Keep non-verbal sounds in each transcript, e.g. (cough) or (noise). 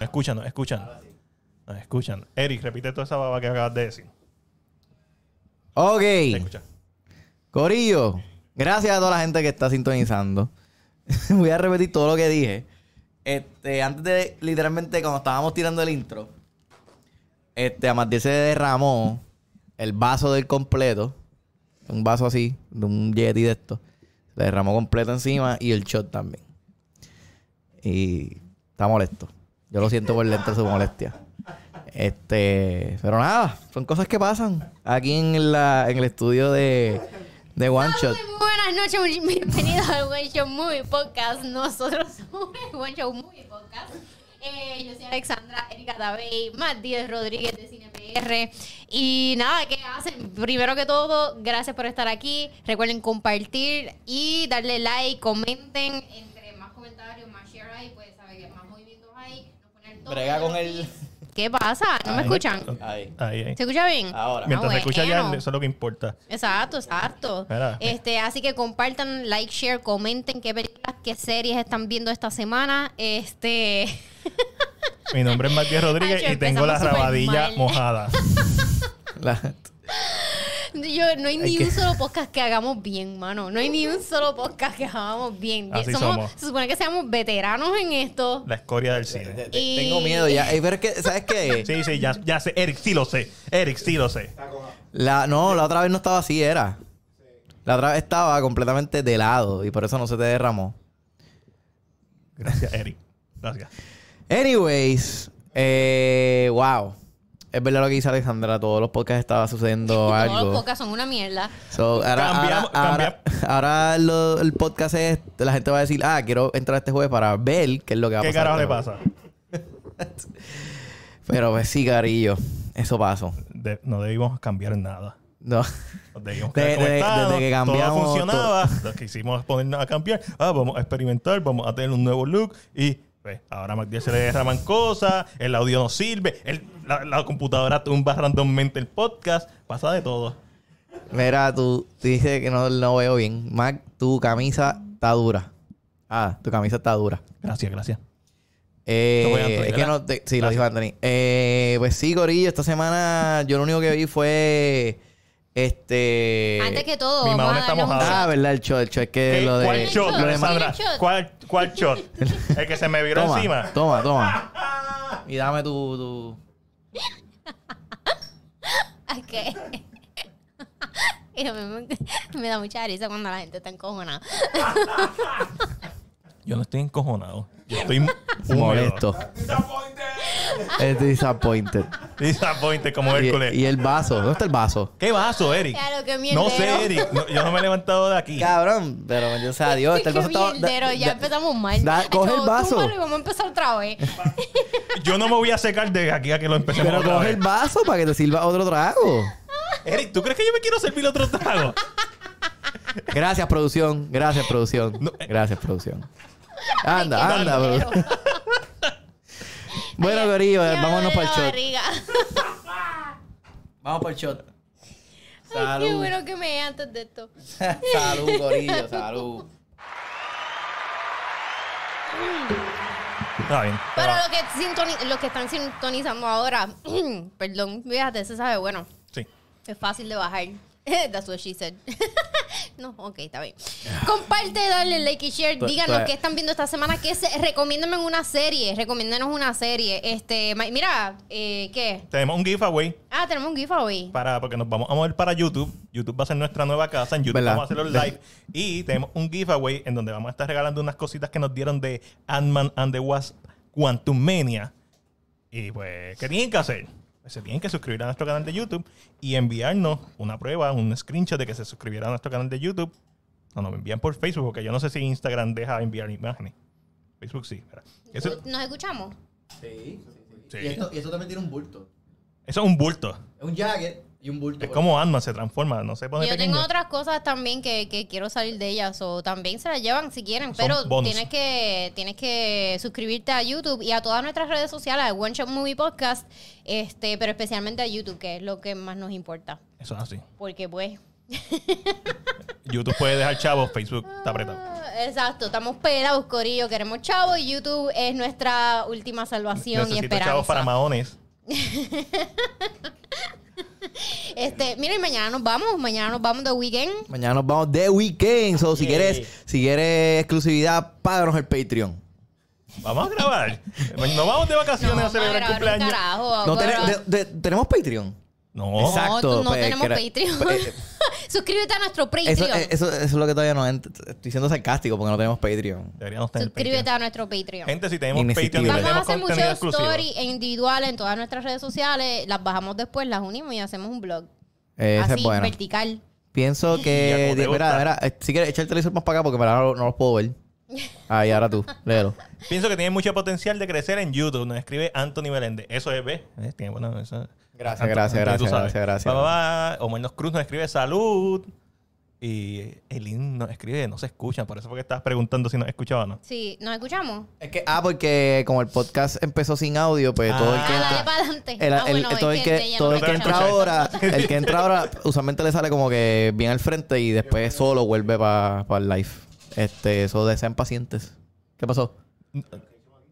escuchan, nos escuchan. Nos escuchan. Ah, Eric, repite toda esa baba que acabas de decir. Ok. Te escuchan. Corillo, gracias a toda la gente que está sintonizando. (laughs) Voy a repetir todo lo que dije. Este, antes de, literalmente, cuando estábamos tirando el intro, este, Amartir se derramó el vaso del completo. Un vaso así, de un Yeti de esto. Se derramó completo encima y el shot también. Y está molesto. Yo lo siento por dentro su molestia. Este, pero nada, son cosas que pasan aquí en, la, en el estudio de, de One Shot. Muy buenas noches, muy- bienvenidos al One Show Movie Podcast. Nosotros somos el One Show Movie Podcast. Eh, yo soy Alexandra, Erika Tabey, Matías Rodríguez de CinePR. Y nada, ¿qué hacen? Primero que todo, gracias por estar aquí. Recuerden compartir y darle like, comenten. Entre más comentarios, más share hay, pues sabe que más movimientos hay. Nos ponen el top Brega de los con el- pics. ¿Qué pasa? ¿No me Ahí. escuchan? Ahí. Ahí, ahí. ¿Se escucha bien? Ahora. Ah, Mientras se escucha ya, bueno. eso es lo que importa. Exacto, exacto. Espera. Este, así que compartan, like, share, comenten qué películas, qué series están viendo esta semana. Este, (laughs) Mi nombre es Matías Rodríguez Ay, yo y tengo la empezamos súper rabadilla mal. (laughs) mojada. La- yo no hay ni que- un solo podcast que hagamos bien, mano. No hay ni un solo podcast que hagamos bien. Así somos. Se supone que seamos veteranos en esto. La escoria del te- te- cine. Y- Tengo miedo ya. Eh, pero es que, ¿sabes (laughs) qué? Sí, sí, ya, ya sé. Eric, sí lo sé. Eric, sí lo sé. La, no, la otra vez no estaba así, era. La otra vez estaba completamente de lado y por eso no se te derramó. Gracias, Eric. Gracias. Anyways, eh, wow. Es verdad lo que dice Alexandra, todos los podcasts estaba sucediendo algo. (laughs) Todos los podcasts son una mierda. So, ahora, Cambiamos- ahora- ahora- ahora lo- el podcast es, la gente va a decir, ah, quiero entrar este jueves para ver qué es lo que va a ¿Qué pasar. carajo le Pero- pasa? Pero pues sí, carillo, eso pasó. De- no debimos cambiar nada. No. Nos debimos De- quedar como de- estábamos, desde que cambiamos Todo funcionaba. Lo que hicimos ponernos a cambiar. Ah, vamos a experimentar, vamos a tener un nuevo look y... pues, ahora a Mac 10 se le derraman cosas, el audio no sirve, el- la, la computadora tumba randommente el podcast, pasa de todo. Mira, tú tú dices que no, no veo bien. Mac, tu camisa está dura. Ah, tu camisa está dura. Gracias, gracias. Eh, Lo voy a Anthony, es que ¿verdad? no te- sí, lo Gracias. dijo Anthony. Eh, pues sí, Corillo, esta semana yo lo único que vi fue este. Antes que todo, Eh, mi vamos mamá a está darle un mojada. Ah, shot. verdad, el show, el show, es que ¿Qué- Eh, lo de. ¿Cuál shot, lo de Mac- Alexandra? Alessandra? shot. ¿Cuál, ¿Cuál shot? (laughs) El que se me viró Toma, encima. toma, toma. (laughs) Y dame tu, tu... (laughs) Ok. Y a mí me, (laughs) me da mucha risa cuando la gente está encojonada. Yo no estoy encojonado. Yo (laughs) estoy húmedo. molesto. Estoy (laughs) disappointed. Disappointed como Y, Hércules. y el vaso, ¿dónde está el vaso? ¿Qué vaso, Eric? Claro, qué mierdero. No sé, Eric. No, yo no me he levantado de aquí. Cabrón, pero yo sé, (laughs) adiós. Qué El vaso estaba- da- mierdero, ya da- empezamos mal. da- coge el Yo, vaso. túmbalo y vamos a empezar otra (laughs) vez. Yo no me voy a secar de aquí a que lo empecemos Pero otra coge vez. el vaso para que te sirva otro trago. Eric, ¿tú crees que yo me quiero servir otro trago? Gracias, producción. Gracias, producción. No, eh. Gracias, producción. Anda, Ay, qué anda, mierdero. producción. Bueno, Corillo, Ya me vámonos para el duele la shot. (laughs) barriga. Vamos para el shot. Ay, qué bueno que me dé antes de esto. (laughs) salud, Corillo, salud. Está bien. está Pero bien. lo que, sintoni- lo que están sintonizando ahora, (clears throat) perdón, fíjate, se sabe bueno. Sí. Es fácil de bajar. (laughs) That's what she said. (laughs) no, ok, está bien. Comparte, dale like y share. Tú- Díganos tú- qué están viendo esta semana. Que se, recomiéndame una serie. Recomiéndanos una serie. Este, ma- mira, eh, ¿qué? Tenemos un giveaway Ah, tenemos un giveaway. para, porque nos vamos a mover para YouTube. YouTube va a ser nuestra nueva casa. En YouTube ¿Verdad? vamos a hacer los live. Y tenemos un giveaway en donde vamos a estar regalando unas cositas que nos dieron de Ant-Man and the Wasp Quantum Mania. Y pues, ¿qué tienen que hacer? Pues se tienen que suscribir a nuestro canal de YouTube y enviarnos una prueba, un screenshot de que se suscribieron a nuestro canal de YouTube. No, no, me envían por Facebook, porque yo no sé si Instagram deja enviar imágenes. Facebook sí, espera. Eso, ¿Nos escuchamos? Sí. Sí. Y esto- también tiene un bulto. eso es un bulto. Es un jacket y un bulto. Es como Ant-Man, se transforma, no se pone Yo pequeño. tengo otras cosas también que, que quiero salir de ellas o también se las llevan si quieren, Son pero bonus. tienes que tienes que suscribirte a YouTube y a todas nuestras redes sociales, a One Shot Movie Podcast, este, pero especialmente a YouTube, que es lo que más nos importa, Eso es así. porque pues YouTube puede dejar chavos, Facebook está apretado. Ah, Exacto, estamos pelados, Corillo, queremos chavo y YouTube es nuestra última salvación y Necesito esperanza. chavos para maones. Este, miren, mañana nos vamos, mañana nos vamos de weekend. Mañana nos vamos de weekend. So, si Yeah. quieres, si quieres exclusividad, páganos el Patreon. Vamos a grabar. Nos vamos de vacaciones No, a celebrar el vamos a grabar un cumpleaños. carajo, No, bueno. ten- de- de- tenemos Patreon. No. Exacto. No, tú- no pues, tenemos que era- Patreon. pues, eh, (laughs) Suscríbete a nuestro Patreon. Eso, eh, eso, eso es lo que todavía no ent- estoy siendo sarcástico porque no tenemos Patreon. Deberíamos tener Suscríbete Patreon. a nuestro Patreon. Gente, si tenemos Patreon, Inesistible. Vamos a tenemos hacer contenido muchos exclusivo. stories individuales en todas nuestras redes sociales. Las bajamos después, las unimos y hacemos un blog. Eh, ese Así, es bueno. vertical. (laughs) Pienso Ya, que. como te mira, gusta. mira, eh, si quieres echar el televisor más para acá porque me no, no los puedo ver. Ahí, ahora (laughs) tú, léelo. Pienso que tiene mucho potencial de crecer en YouTube. Nos escribe Anthony Belende. Eso es, ¿ves? ¿Ves? Tiene- bueno, eso- Gracias, Anthony, gracias, Anthony, tú gracias, sabes. gracias, gracias. Va, va, va. Omar Nos Cruz nos escribe salud. Y Elin nos escribe, no se escucha. Por eso fue que estabas preguntando si nos escuchaba o no. Sí, ¿nos escuchamos? Es que, ah, porque como el podcast empezó sin audio, pues todo el Ah, que dale entra. para adelante. el- ah, el- bueno, todo es el que, que, ella todo no el que escucha. entra (laughs) ahora, el que entra ahora, usualmente le sale como que bien al frente y después solo vuelve para el live. Este, eso de sean pacientes. ¿Qué pasó?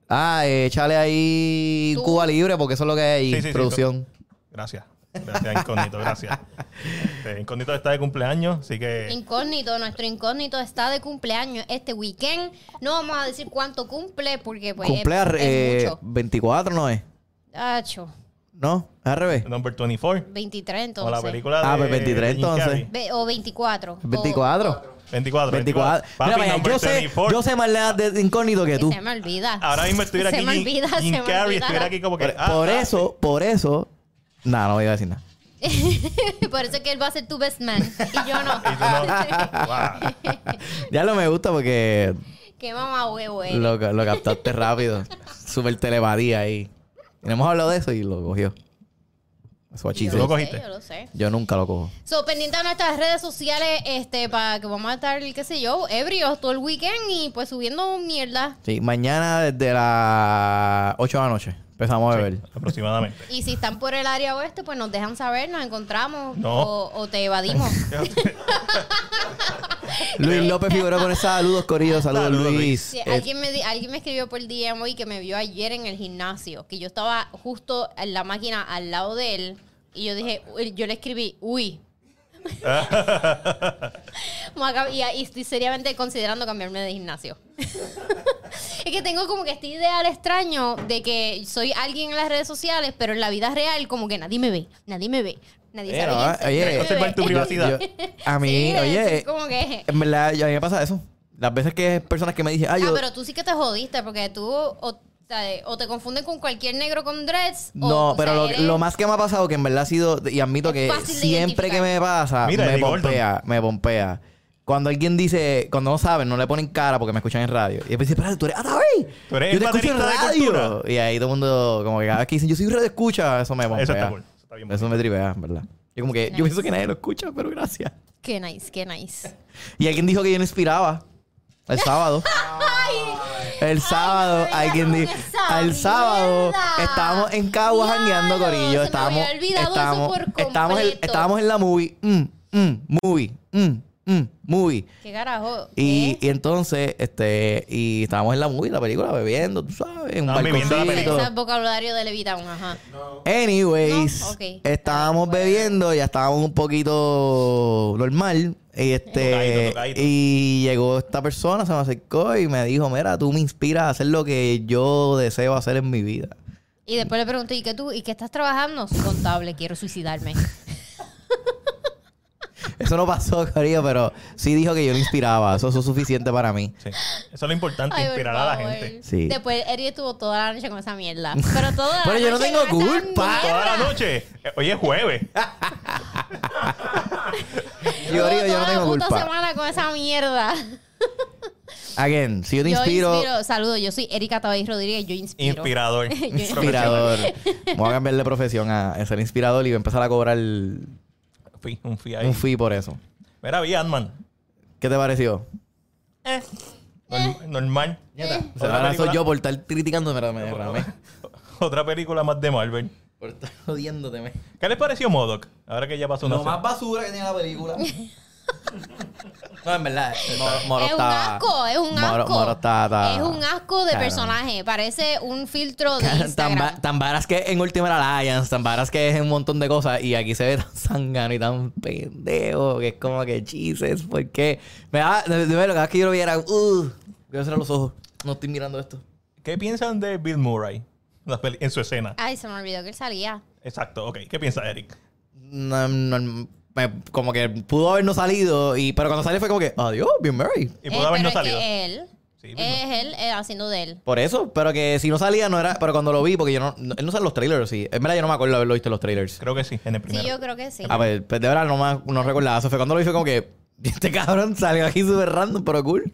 Ah, eh, échale ahí Tú. Cuba Libre porque eso es lo que hay, Sí, sí, sí, producción. Gracias. Gracias, Incógnito, gracias. Este, Incógnito está de cumpleaños, así que. Incógnito, nuestro incógnito está de cumpleaños este weekend. No vamos a decir cuánto cumple porque pues es- Cumplear es, eh, mucho. 24, ¿no es? Acho, ¿No? ¿Es al revés? Number 24. 23 entonces. O la película de. Ah, pues 23 de Jim entonces. Carrey. Ve- o 24. o- 24. 24. 24. Papi, Mira, vaya, number yo, sé, 24. yo sé más la edad de incógnito que que tú. Se me olvida. Ahora mismo estuviera se aquí. Me olvida, Jim, Jim se me Carrey olvida. estuviera aquí como que. Por, ah, por ah, eso, por eso. Nada, no voy a decir nada. (laughs) Por eso es que él va a ser tu best man. Y yo no. y tú no. Wow. Ya lo me gusta porque (laughs) Qué mamá huevo eres. lo, lo captaste rápido. Súper televadía ahí. Y no hemos hablado de eso y lo cogió. That's what she Yo said. lo sé, cogiste. Yo lo sé. Yo nunca lo cojo. So, pendiente a nuestras redes sociales, este, para que vamos a estar, qué sé yo, ebrios todo el weekend y pues subiendo mierda. Sí, mañana desde las 8 de la noche empezamos a beber. Aproximadamente. Y si están por el área oeste, pues nos dejan saber, nos encontramos No. o, o te evadimos. Luis López figuró con el saludos, Corillo. Saludos, Saludos, Luis. Luis. Sí, Eh, alguien, me, di- alguien me escribió por DM hoy que me vio ayer en el gimnasio, que yo estaba justo en la máquina al lado de él y yo dije, uy, yo le escribí, (laughs) uy. Me acab- y, y estoy seriamente considerando cambiarme de gimnasio. (laughs) es que tengo como que este ideal extraño de que soy alguien en las redes sociales, pero en la vida real como que nadie me ve, nadie me ve, nadie Oye, sabe no, quién soy, oye, este nadie me Conservar ve. tu privacidad. yo- a mí, Sí, oye, es como que... en verdad, yo- a mí me pasa eso. Las veces que hay personas que me dicen, ah, yo. Ah, pero tú sí que te jodiste porque tú o, sea, o te confunden con cualquier negro con dreads. No, o, o pero sea, lo, eres- lo más que me ha pasado, que en verdad ha sido, y admito Es que fácil de siempre que identificar. me pasa, Mira, me Eddie Gordon. pompea, me pompea. Cuando alguien dice, cuando no saben, no le ponen cara porque me escuchan en radio. Y después dice, espérate, tú eres Atabey. Tú eres Yo te escucho en baterista de radio. Y ahí todo el mundo, como que cada vez que dicen, yo soy radio escucha, eso me pompea. Eso está cool. Eso está bien Eso me tripea, en verdad. Yo como que, yo Nice. pienso que nadie lo escucha, pero gracias. Qué nice, qué nice. Y alguien dijo que yo no inspiraba. El (laughs) sábado. El sábado, Ay, no me alguien dijo. vengas con esa El sábado mierda. estábamos en Cagua Diablo, jangueando, se Corillo. me Estábamos, había olvidado eso estábamos, por estábamos, en, completo. estábamos en la movie. Mm, mm, movie. Mm, mm, movie. Qué carajo. Y, ¿eh? y entonces, este, y estábamos en la movie, la película, bebiendo, tú sabes, en un Estaban bebiendo la balconcito. Ese vocabulario de Levitown, ajá. Anyways, No, ok. Pues, estábamos Bueno. bebiendo, ya estábamos un poquito normal. Y este Tocadito, tocadito. y llegó esta persona, se me acercó y me dijo, mira, tú me inspiras a hacer lo que yo deseo hacer en mi vida. Y después le pregunté, ¿y qué tú? ¿Y qué estás trabajando? Soy contable, quiero (laughs) suicidarme. Eso no pasó, (laughs) Corillo, pero sí dijo que yo lo inspiraba. Eso, eso es suficiente para mí. Sí. Eso es lo importante, Ay, por inspirar a la favor. gente. Sí. Después Eri estuvo toda la noche con esa mierda. Pero toda la Pero yo no noche tengo con esa culpa. mierda. Toda la noche. Eh, Hoy es (laughs) jueves. Yo, Corillo, yo no Estuvo toda la tengo puta culpa. semana con esa mierda. Again, si yo te Yo inspiro, inspiro. Saludos, yo soy Erika Tabay Rodríguez, (laughs) yo inspiro. Inspirador. (laughs) inspirador. Voy a cambiar de profesión a, a ser inspirador y voy a empezar a cobrar un Fui, un fui ahí. fee por eso. Mira, vi Ant-Man. ¿Qué te pareció? Eh. Norm- Eh. Normal. O sea, ahora soy yo por estar criticándome, pero me derramé. (laughs) Otra película más de Marvel. Por estar (laughs) jodiéndoteme. ¿Qué les pareció Modoc? Ahora que ya pasó una. (laughs) basura que tiene la película. No, en verdad. eh, Moro, Moro es un estaba- asco, es un asco. Moro- Moro estaba- estaba- Es un asco de Claro. personaje. Parece un filtro (laughs) de Tan- Tan, Instagram. va- tan varas que en Ultimate Alliance, tan varas que es un montón de cosas y aquí se ve tan (laughs) sangano y tan pendejo que es como que Jesus, ¿por qué? Me da, de, de ver lo que cada vez que yo lo viera, uh, voy a cerrar los ojos, no estoy mirando esto. ¿Qué piensan de Bill Murray La peli- en su escena? Ay, se me olvidó que él salía. Exacto, ok. ¿Qué piensa Eric? No, no, me- como que pudo haber no salido, y, pero cuando salió fue como que, adiós, Bill Murray. Y Eh, pudo haber pero no es salido. que él Sí, pero- es él eh, haciendo de él. Por eso, pero que si no salía no era, pero cuando lo vi, porque yo no, no- él no sale en los trailers, sí. En verdad yo no me acuerdo de haberlo visto en los trailers. Creo que sí, en el primero. eh, Sí, yo creo que sí. A ver, pues de verdad no, más, no recordaba eso. Fue cuando lo hice como que, (laughs) este cabrón salió aquí súper random, pero cool.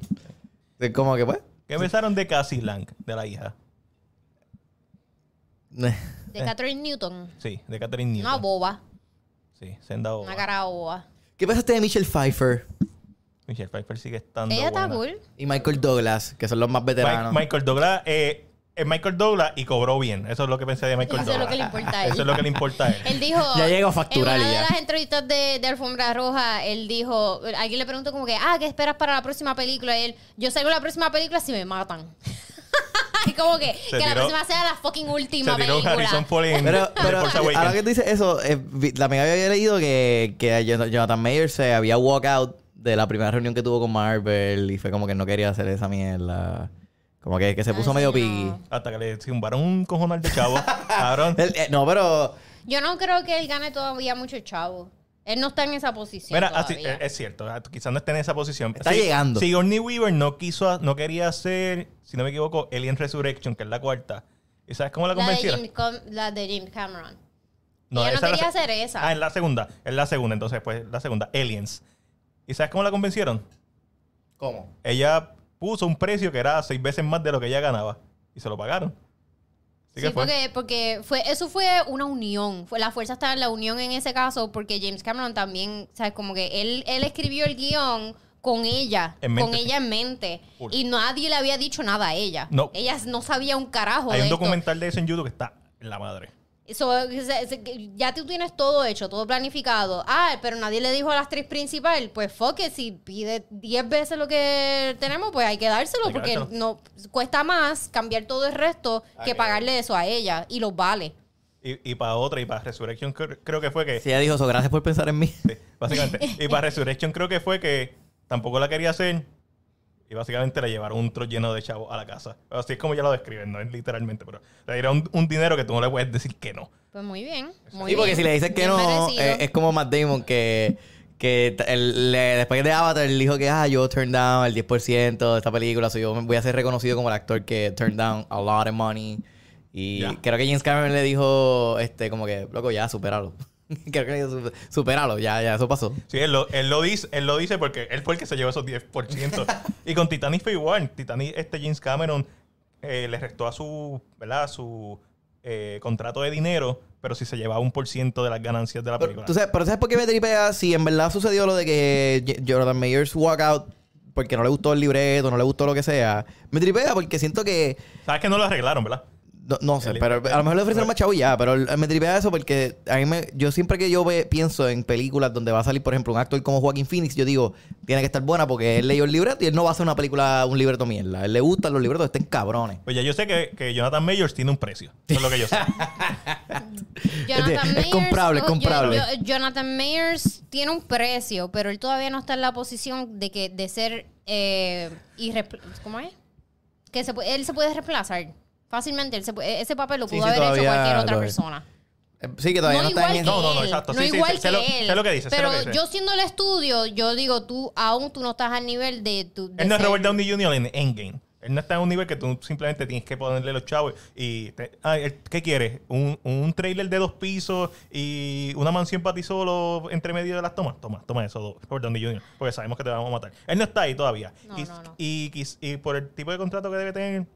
Es como que, pues, (laughs) ¿Qué pensaron de Cassie Lang, de la hija? eh, De Catherine Newton. Sí, de Catherine Newton. Una boba. Sí, senda boba. Una cara boba. ¿Qué pensaste de Michelle Pfeiffer Michelle Pfeiffer sigue estando Ella está buena. cool. y Michael Douglas, que son los más Mi- veteranos? Michael Douglas, eh, es Michael Douglas y cobró bien. Eso es lo que pensé de Michael (laughs) Eso es lo Douglas. que le importa a él. Eso es lo que le importa (laughs) a él. Él dijo. (laughs) Ya llegó a facturar En y una de ya. las entrevistas de, de Alfombra Roja, él dijo. Alguien le preguntó, como que, ah, ¿qué esperas para la próxima película? Y él, yo salgo en la próxima película si me matan. (laughs) y como que, que la tiró- próxima sea la fucking Se última tiró un película. Harrison Ford en (laughs) Pero, en pero Force ahora Awakens. que tú dices eso, eh, vi- la amiga había leído que, que Jonathan Mayer se había walk out de la primera reunión que tuvo con Marvel y fue como que no quería hacer esa mierda. Como que, que se Ay, puso medio señor. piggy. Hasta que le zumbaron un cojonal de chavo. Cabrón. (laughs) Él- eh, no, pero Yo no creo que él gane todavía mucho chavo. Él no está en esa posición. Mira, así- todavía. eh, es cierto, ah, quizás no esté en esa posición. Está llegando. Si Orny Weaver no quiso, a- no quería hacer, si no me equivoco, Alien Resurrection, que es la cuarta. ¿Y sabes cómo la la, de convencieron? Jim Com- la de Jim Cameron. No, Ella esa no es la quería se- hacer esa. Ah, en la segunda. Es la segunda, entonces, pues, la segunda, Aliens. ¿Y sabes cómo la convencieron? ¿Cómo? Ella puso un precio que era seis veces más de lo que ella ganaba. Y se lo pagaron. Así sí, que fue. porque, porque fue, eso fue una unión. Fue, la fuerza estaba en la unión en ese caso, porque James Cameron también, ¿sabes? Como que él, él escribió el guión con ella, En mente, con sí. ella en mente. Full. Y nadie le había dicho nada a ella. No. Ella no sabía un carajo. Hay de un esto. documental de eso en YouTube que está en la madre. So, se- se- que ya tú tienes todo hecho, todo planificado. Ah, pero nadie le dijo a la actriz principal, pues fuck it, si pide 10 veces lo que tenemos, pues hay que dárselo, Hay que porque dárselo. no cuesta más cambiar todo el resto que pagarle eso a ella. Y los vale. Y, y para otra, y para Resurrection cre- creo que fue que... Si ella dijo eso, gracias por pensar en mí. Sí, (laughs) básicamente. Y para Resurrection creo que fue que tampoco la quería hacer. Y básicamente le llevaron un tro lleno de chavos a la casa. Así es como ya lo describen, no es literalmente, pero le dieron un, un dinero que tú no le puedes decir que no. Pues muy bien. Muy Sí, porque bien. si le dices que Bien no, merecido. eh, es como Matt Damon que, que t- el- le- después de Avatar él dijo que ah, yo turn down el 10% de esta película, so yo me- voy a ser reconocido como el actor que turn down a lot of money. Y Ya. creo que James Cameron le dijo este como que, loco, ya, supéralo. (laughs) creo que le dijo, "Sup- supéralo, ya, ya, eso pasó. Sí, él lo, él lo dice, él lo dice porque él fue el que se llevó esos (laughs) 10%. y con Titanic fue igual. Titanic, este James Cameron eh, le restó a su, ¿verdad? A su eh, contrato de dinero, pero si se llevaba un por ciento de las ganancias de la Pero, película. ¿tú sabes, pero ¿sabes por qué me tripea si en verdad sucedió lo de que J- Jonathan Mayers walk out porque no le gustó el libreto, no le gustó lo que sea? Me tripea porque siento que Sabes que no lo arreglaron, ¿verdad? No, no sé, El- pero a lo mejor le ofrecieron más chavo y ya, pero el- me tripea eso porque a mí me- yo siempre que yo ve- pienso en películas donde va a salir, por ejemplo, un actor como Joaquín Phoenix, yo digo, tiene que estar buena porque él leyó el libreto y él no va a hacer una película, un libreto mierda. A él le gustan los libretos, estén cabrones. Pues ya yo sé que, que Jonathan Majors tiene un precio. Eso es lo que yo sé. Es de- es Mayers- oh, comprable, es yo- yo- comprable. yo- Jonathan Mayers tiene un precio, pero él todavía no está en la posición de que de ser eh, irrepl- ¿Cómo es? Que se, pu- él se puede reemplazar fácilmente. Él se pu- e-, ese papel lo Sí, pudo sí, haber hecho todavía cualquier otra lo es. persona. Eh, Sí, que todavía no, está en... igual No, que no, no, él. exacto. No Sí, sí, igual sé- sé lo- que él. sé lo que dices, sé Pero lo que dices. yo siendo el estudio, yo digo, tú aún tú no estás al nivel de... tu- de Él no es ser- Robert Downey Jr. en Endgame. Él no está en un nivel que tú simplemente tienes que ponerle los chavos y... te- ah, él- ¿Qué quieres? ¿Un, ¿Un trailer de dos pisos y una mansión para ti solo entre medio de las tomas? Toma, toma eso, do- Robert Downey Jr. Porque sabemos que te vamos a matar. Él no está ahí todavía. No, y, no, no. Y, y- y por el tipo de contrato que debe tener,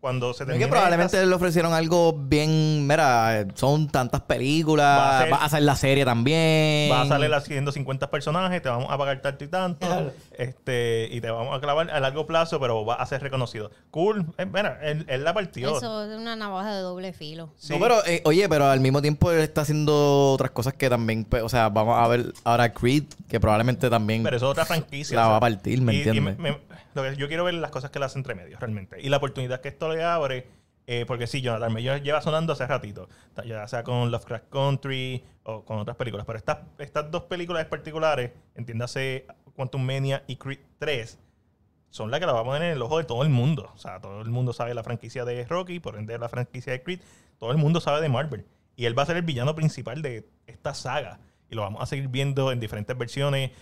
cuando se Es termine. que probablemente le ofrecieron algo bien. Mira, son tantas películas. Va a Va a, ser- hacer la serie también. Vas a salir haciendo 50 personajes, te vamos a pagar tanto y tanto, este, y te vamos a clavar a largo plazo, pero vas a ser reconocido. Cool. Eh, mira, él, él la partió. Eso es una navaja de doble filo. Sí. No, pero, eh, oye, pero al mismo tiempo él está haciendo otras cosas que también. pues, o sea, vamos a ver ahora Creed, que probablemente también. Pero eso es otra franquicia. Mm. La va a partir, ¿me entiendes? lo que- yo quiero ver las cosas que le hace entre medios, realmente. Y la oportunidad que esto le abre, eh, porque sí, Jonathan Majors lleva sonando hace ratito, ta- ya sea con Lovecraft Country o con otras películas. Pero estas, estas dos películas particulares, entiéndase Quantum Mania y Creed 3, son las que la vamos a poner en el ojo de todo el mundo. O sea, todo el mundo sabe la franquicia de Rocky, por ende la franquicia de Creed, todo el mundo sabe de Marvel. Y él va a ser el villano principal de esta saga. Y lo vamos a seguir viendo en diferentes versiones.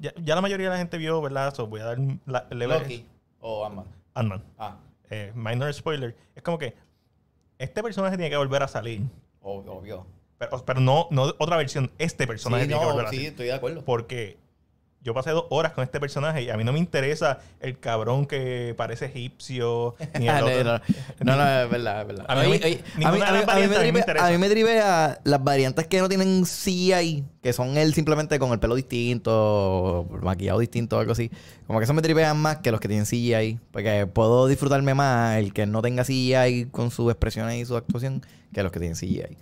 Ya, ya la mayoría de la gente vio, ¿verdad? So, voy a dar la, le- Loki o Batman. Ant-Man. Ah, Eh, minor spoiler. Es como que este personaje tiene que volver a salir. obvio. obvio. Pero, pero no, no otra versión. Este personaje tiene que volver a salir. estoy de acuerdo. Porque yo pasé dos horas con este personaje y a mí no me interesa el cabrón que parece egipcio. Ni el (laughs) Ah, otro. no, no, no, no, es verdad, es verdad. A mí no me- Oye, oye, ninguna a mí- de las a mí- a mí variantes a mí me me tripe- interesa. a mí me tripe a las variantes que no tienen CI, que son él simplemente con el pelo distinto, maquillado distinto o algo así. Como que eso me tripean más que los que tienen CGI. Porque puedo disfrutarme más el que no tenga CGI con sus expresiones y su actuación que los que tienen CGI.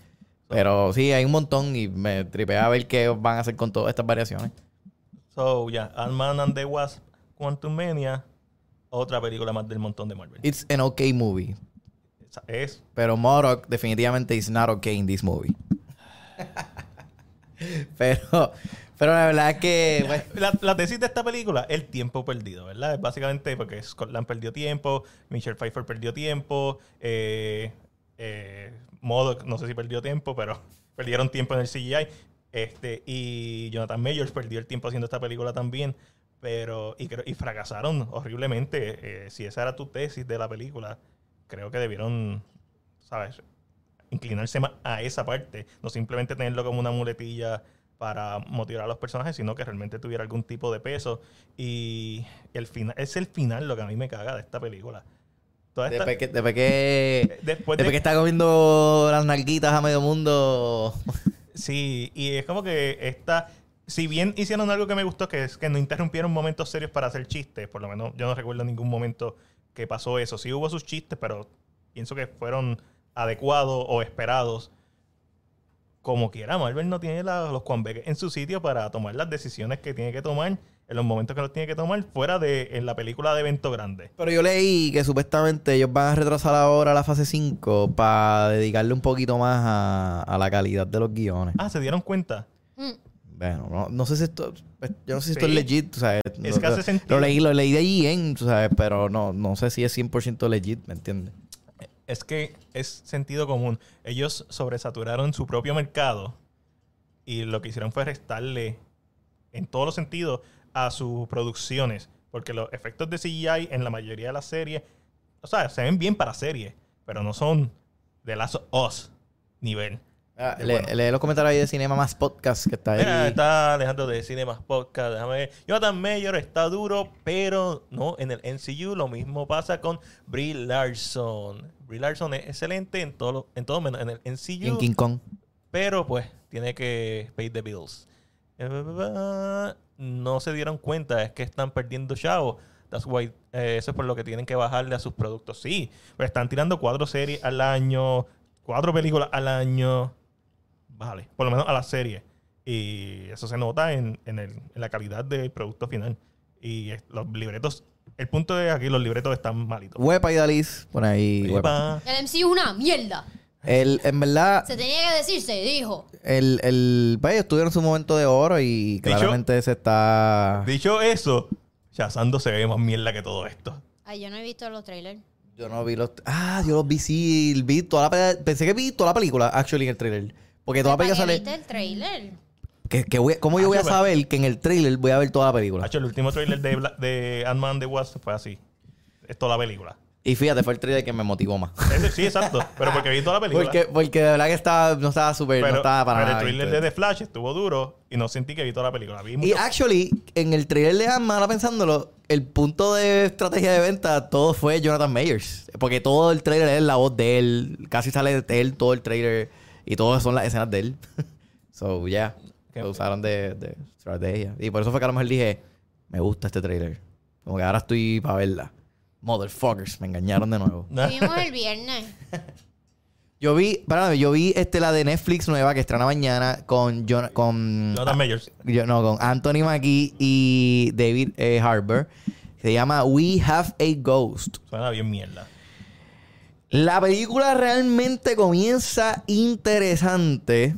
Pero sí, hay un montón y me tripea ver qué van a hacer con todas estas variaciones. So, ya. Ant-Man and the Wasp, Quantumania. Otra película más del montón de Marvel. It's an okay movie. Esa es Pero Morok definitivamente is not okay in this movie. pero, pero la verdad es que pues, (laughs) La, la tesis de esta película, el tiempo perdido, ¿verdad? Es básicamente porque Scotland perdió tiempo, Michelle Pfeiffer perdió tiempo, eh, eh, Modoc, no sé si perdió tiempo, pero (laughs) perdieron tiempo en el CGI. Este, y Jonathan Majors perdió el tiempo haciendo esta película también. Pero, y, creo- y fracasaron horriblemente. Eh, si esa era tu tesis de la película, creo que debieron, ¿sabes? inclinarse más a esa parte, no simplemente tenerlo como una muletilla para motivar a los personajes, sino que realmente tuviera algún tipo de peso. Y el final, es el final lo que a mí me caga de esta película. Toda esta- después que, después que, después Pues de- después que está comiendo las narguitas a medio mundo. Sí, y es como que esta. Si bien hicieron algo que me gustó, que es que no interrumpieron momentos serios para hacer chistes, por lo menos yo no recuerdo ningún momento que pasó eso. Sí hubo sus chistes, pero pienso que fueron adecuados o esperados. Como quiera, Marvel no tiene la- los cuambeques en su sitio para tomar las decisiones que tiene que tomar en los momentos que los tiene que tomar fuera de en la película de evento grande. Pero yo leí que supuestamente ellos van a retrasar ahora la fase 5 para dedicarle un poquito más a, a la calidad de los guiones. Ah, se dieron cuenta. Mm. Bueno, no, no sé si esto. pues, Yo no sé si esto Sí. es legit, tú sabes. Es Lo- que hace lo- sentido. Lo leí, lo leí de IGN, tú sabes, pero no, no sé si es 100% legit, ¿me entiendes? es que es sentido común. Ellos sobresaturaron su propio mercado y lo que hicieron fue restarle en todos los sentidos a sus producciones. Porque los efectos de CGI en la mayoría de las series, o sea, se ven bien para series, pero no son de las os nivel. Ah, Eh, le- bueno. Lee los comentarios ahí de Cinema más Podcast que está ahí. Mira, está Alejandro de Cinemas Podcast. Déjame ver. Jonathan Mayer está duro, pero no en el MCU. Lo mismo pasa con Brie Larson. Brie Larson es excelente en todo, lo- en todo menos en el Y en MCU. King Kong. Pero pues tiene que pay the bills. Eh, ba, ba, ba. No se dieron cuenta, es que están perdiendo chavos. That's why, eh, eso es por lo que tienen que bajarle a sus productos. Sí, pero están tirando cuatro series al año, cuatro películas al año. Vale, por lo menos a las series. Y eso se nota en, en el- en la calidad del producto final. Y es- los libretos, el punto es aquí, los libretos están malitos. Huepa y Dalis, por ahí. huepa. Epa. El MC es una mierda. El, en verdad, Se tenía que decir, se dijo. el, el, pues, ellos tuvieron su momento de oro y claramente se está. Dicho eso, Shazando se ve más mierda que todo esto. Ay, yo no he visto los trailers. Yo no vi los. Ah, yo los vi, sí. Vi toda la, pe- pensé que vi toda la película, actually, en el trailer. Porque toda la ¿Para película sale. qué viste (laughs) el trailer? Que, que voy- ¿Cómo yo voy a Hacho, pero- saber que en el trailer voy a ver toda la película? Hacho, el último trailer de, Bla- de Ant-Man de Wasp fue así. Es toda la película. Y fíjate, fue el trailer que me motivó más. Ese- sí, exacto. Pero porque vi toda la película. Porque, porque de verdad que estaba, no estaba súper, pero no estaba para pero nada. el trailer visto. de The Flash estuvo duro y no sentí que vi toda la película. Vi Y mucho- actually, en el trailer de Ant-Man, ahora pensándolo, el punto de estrategia de venta, todo fue Jonathan Mayers. Porque todo el trailer es la voz de él. Casi sale de él todo el trailer. Y todas son las escenas de él. (laughs) so, yeah. Qué- Lo usaron de, de estrategia. Y por eso fue que a lo mejor dije, me gusta este trailer. Como que ahora estoy para verla. Motherfuckers, me engañaron de nuevo. (laughs) Vimos el viernes. Yo vi, perdóname, yo vi este, la de Netflix nueva que estrena mañana con, Jon- con Jonathan Majors. yo, no, con Anthony Mackie y David eh, Harbour. Se llama We Have a Ghost. Suena bien mierda. La película realmente comienza interesante.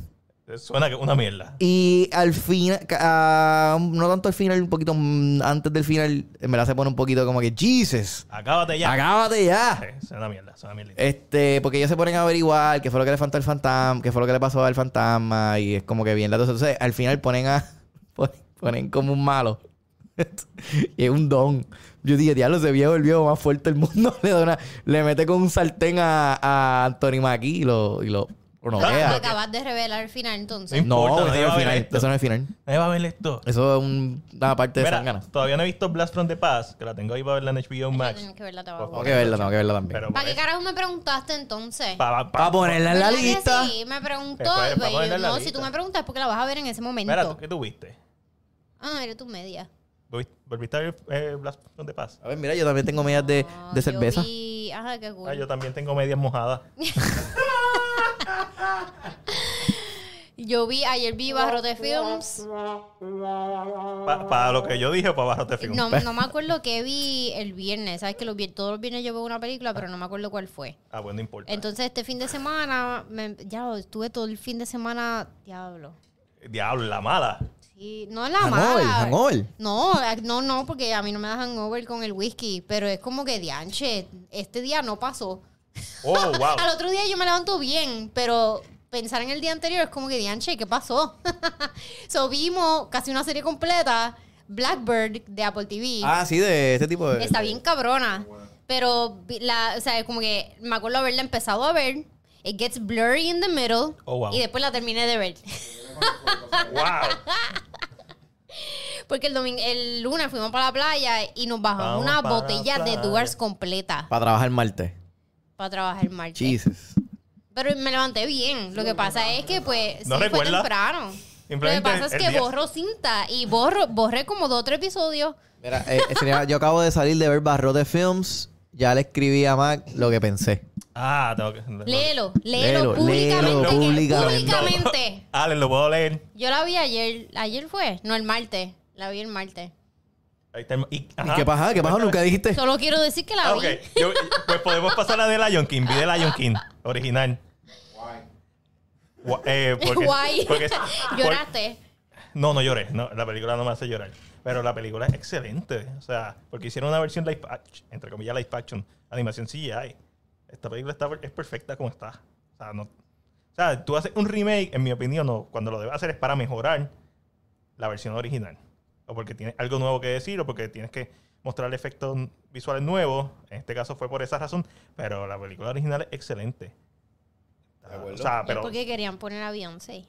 Suena que una mierda. Y al final, no tanto al final, un poquito mm, antes del final, en verdad se pone un poquito como que, Jesus, Acábate ya. acábate ya. Sí, suena mierda, suena mierda. Este, porque ellos se ponen a averiguar qué fue lo que le faltó al fantasma, qué fue lo que le pasó al fantasma, y es como que bien latoso. Entonces, al final ponen a. (laughs) pon- ponen como un malo. (laughs) y es un don. Yo dije, diablo, ese viejo, el viejo más fuerte del mundo, (laughs) le da una- le mete con un sartén a, a Anthony Mackie y lo, y lo lo Lo vea. acabas de revelar al final, entonces. Sí. No, importa, eso nadie no es va a el ver final. esto. Eso no es el Este, final. Nadie va a ver esto. Eso es un- una parte de Mira, sangana. todavía no he visto Blast from the Past, que la tengo ahí para verla en HBO Voy a Max. tener que verla, te va a Por Tengo favor. gustar. que verla, tengo que verla también. Pero ¿Para qué bueno, carajo me preguntaste entonces? pa- pa- Para ponerla en la ¿Verdad que lista. Pues, Sí, me preguntó. Después, pero vamos a yo, ver la no, lista. si tú me preguntas es porque la vas a ver en ese momento. Mira, ¿tú ¿qué tuviste? Ah, eres tu media. ¿Volviste a ver eh, Blast from the Past? A ver, mira, yo también tengo medias de, Ah, de cerveza. Yo vi... Ajá, qué cool. Ah, yo también tengo medias mojadas. Yo vi, ayer vi Barrote Films. Para lo que yo dije o para Barrote Film. No, no me acuerdo qué vi el viernes. Sabes que los, vier- todos los viernes yo veo una película, pero no me acuerdo cuál fue. Ah, bueno, no importa. Entonces este fin de semana, me- ya estuve todo el fin de semana, diablo. Diablo, la mala. Sí, no la Hangover, mala. hangover. No, a- no, no, porque a mí no me da hangover con el whisky, pero es como que dianche, este día no pasó. (laughs) Oh, wow. Al otro día yo me levanto bien, pero pensar en el día anterior es como que dianche, ¿qué pasó? (laughs) so vimos casi una serie completa, Blackbird de Apple TV. Ah, sí, de este tipo de. eh, Está bien cabrona. Pero, vi- la, o sea, como que me acuerdo haberla empezado a ver. It gets blurry in the middle. Oh, wow. Y después la terminé de ver. (laughs) wow. Porque el domingo, el lunes fuimos para la playa y nos Vamos bajamos una para la botella de playa. Duars completa Para trabajar martes. para trabajar el martes. Jesus. Pero me levanté bien. Lo que pasa es que, pues, No sí fue recuerda. temprano. Lo que Simplemente pasa es el que día. borro cinta y borro, borré como dos o tres episodios. Mira, eh, eh, señora, yo acabo de salir de ver Barrote Films. Ya le escribí a Mac lo que pensé. Ah, tengo que. Léelo, Léelo, léelo, públicamente. léelo que- públicamente. públicamente. Ale, lo puedo leer. Yo la vi ayer. ¿Ayer fue? No, el martes. La vi el martes. Ahí está el- y- ¿Y ajá. qué pasa? ¿Qué pasa? Nunca dijiste. Solo quiero decir que la Ah, ok. vi. Yo- pues podemos pasar a de Lion King. Vi de Lion King, original. Guay. eh, porque, (laughs) Guay. porque- Lloraste. por- no, no lloré. No, la película no me hace llorar. Pero la película es excelente. O sea, porque hicieron una versión live action, entre comillas live action, animación CGI. Esta película está, es perfecta como está. O sea, no, o sea, tú haces un remake, en mi opinión, no, cuando lo debes hacer es para mejorar la versión original. O porque tienes algo nuevo que decir, o porque tienes que mostrar efectos visuales nuevos. En este caso fue por esa razón, pero la película original es excelente. Ah, O sea, Es pero porque querían poner a Beyoncé.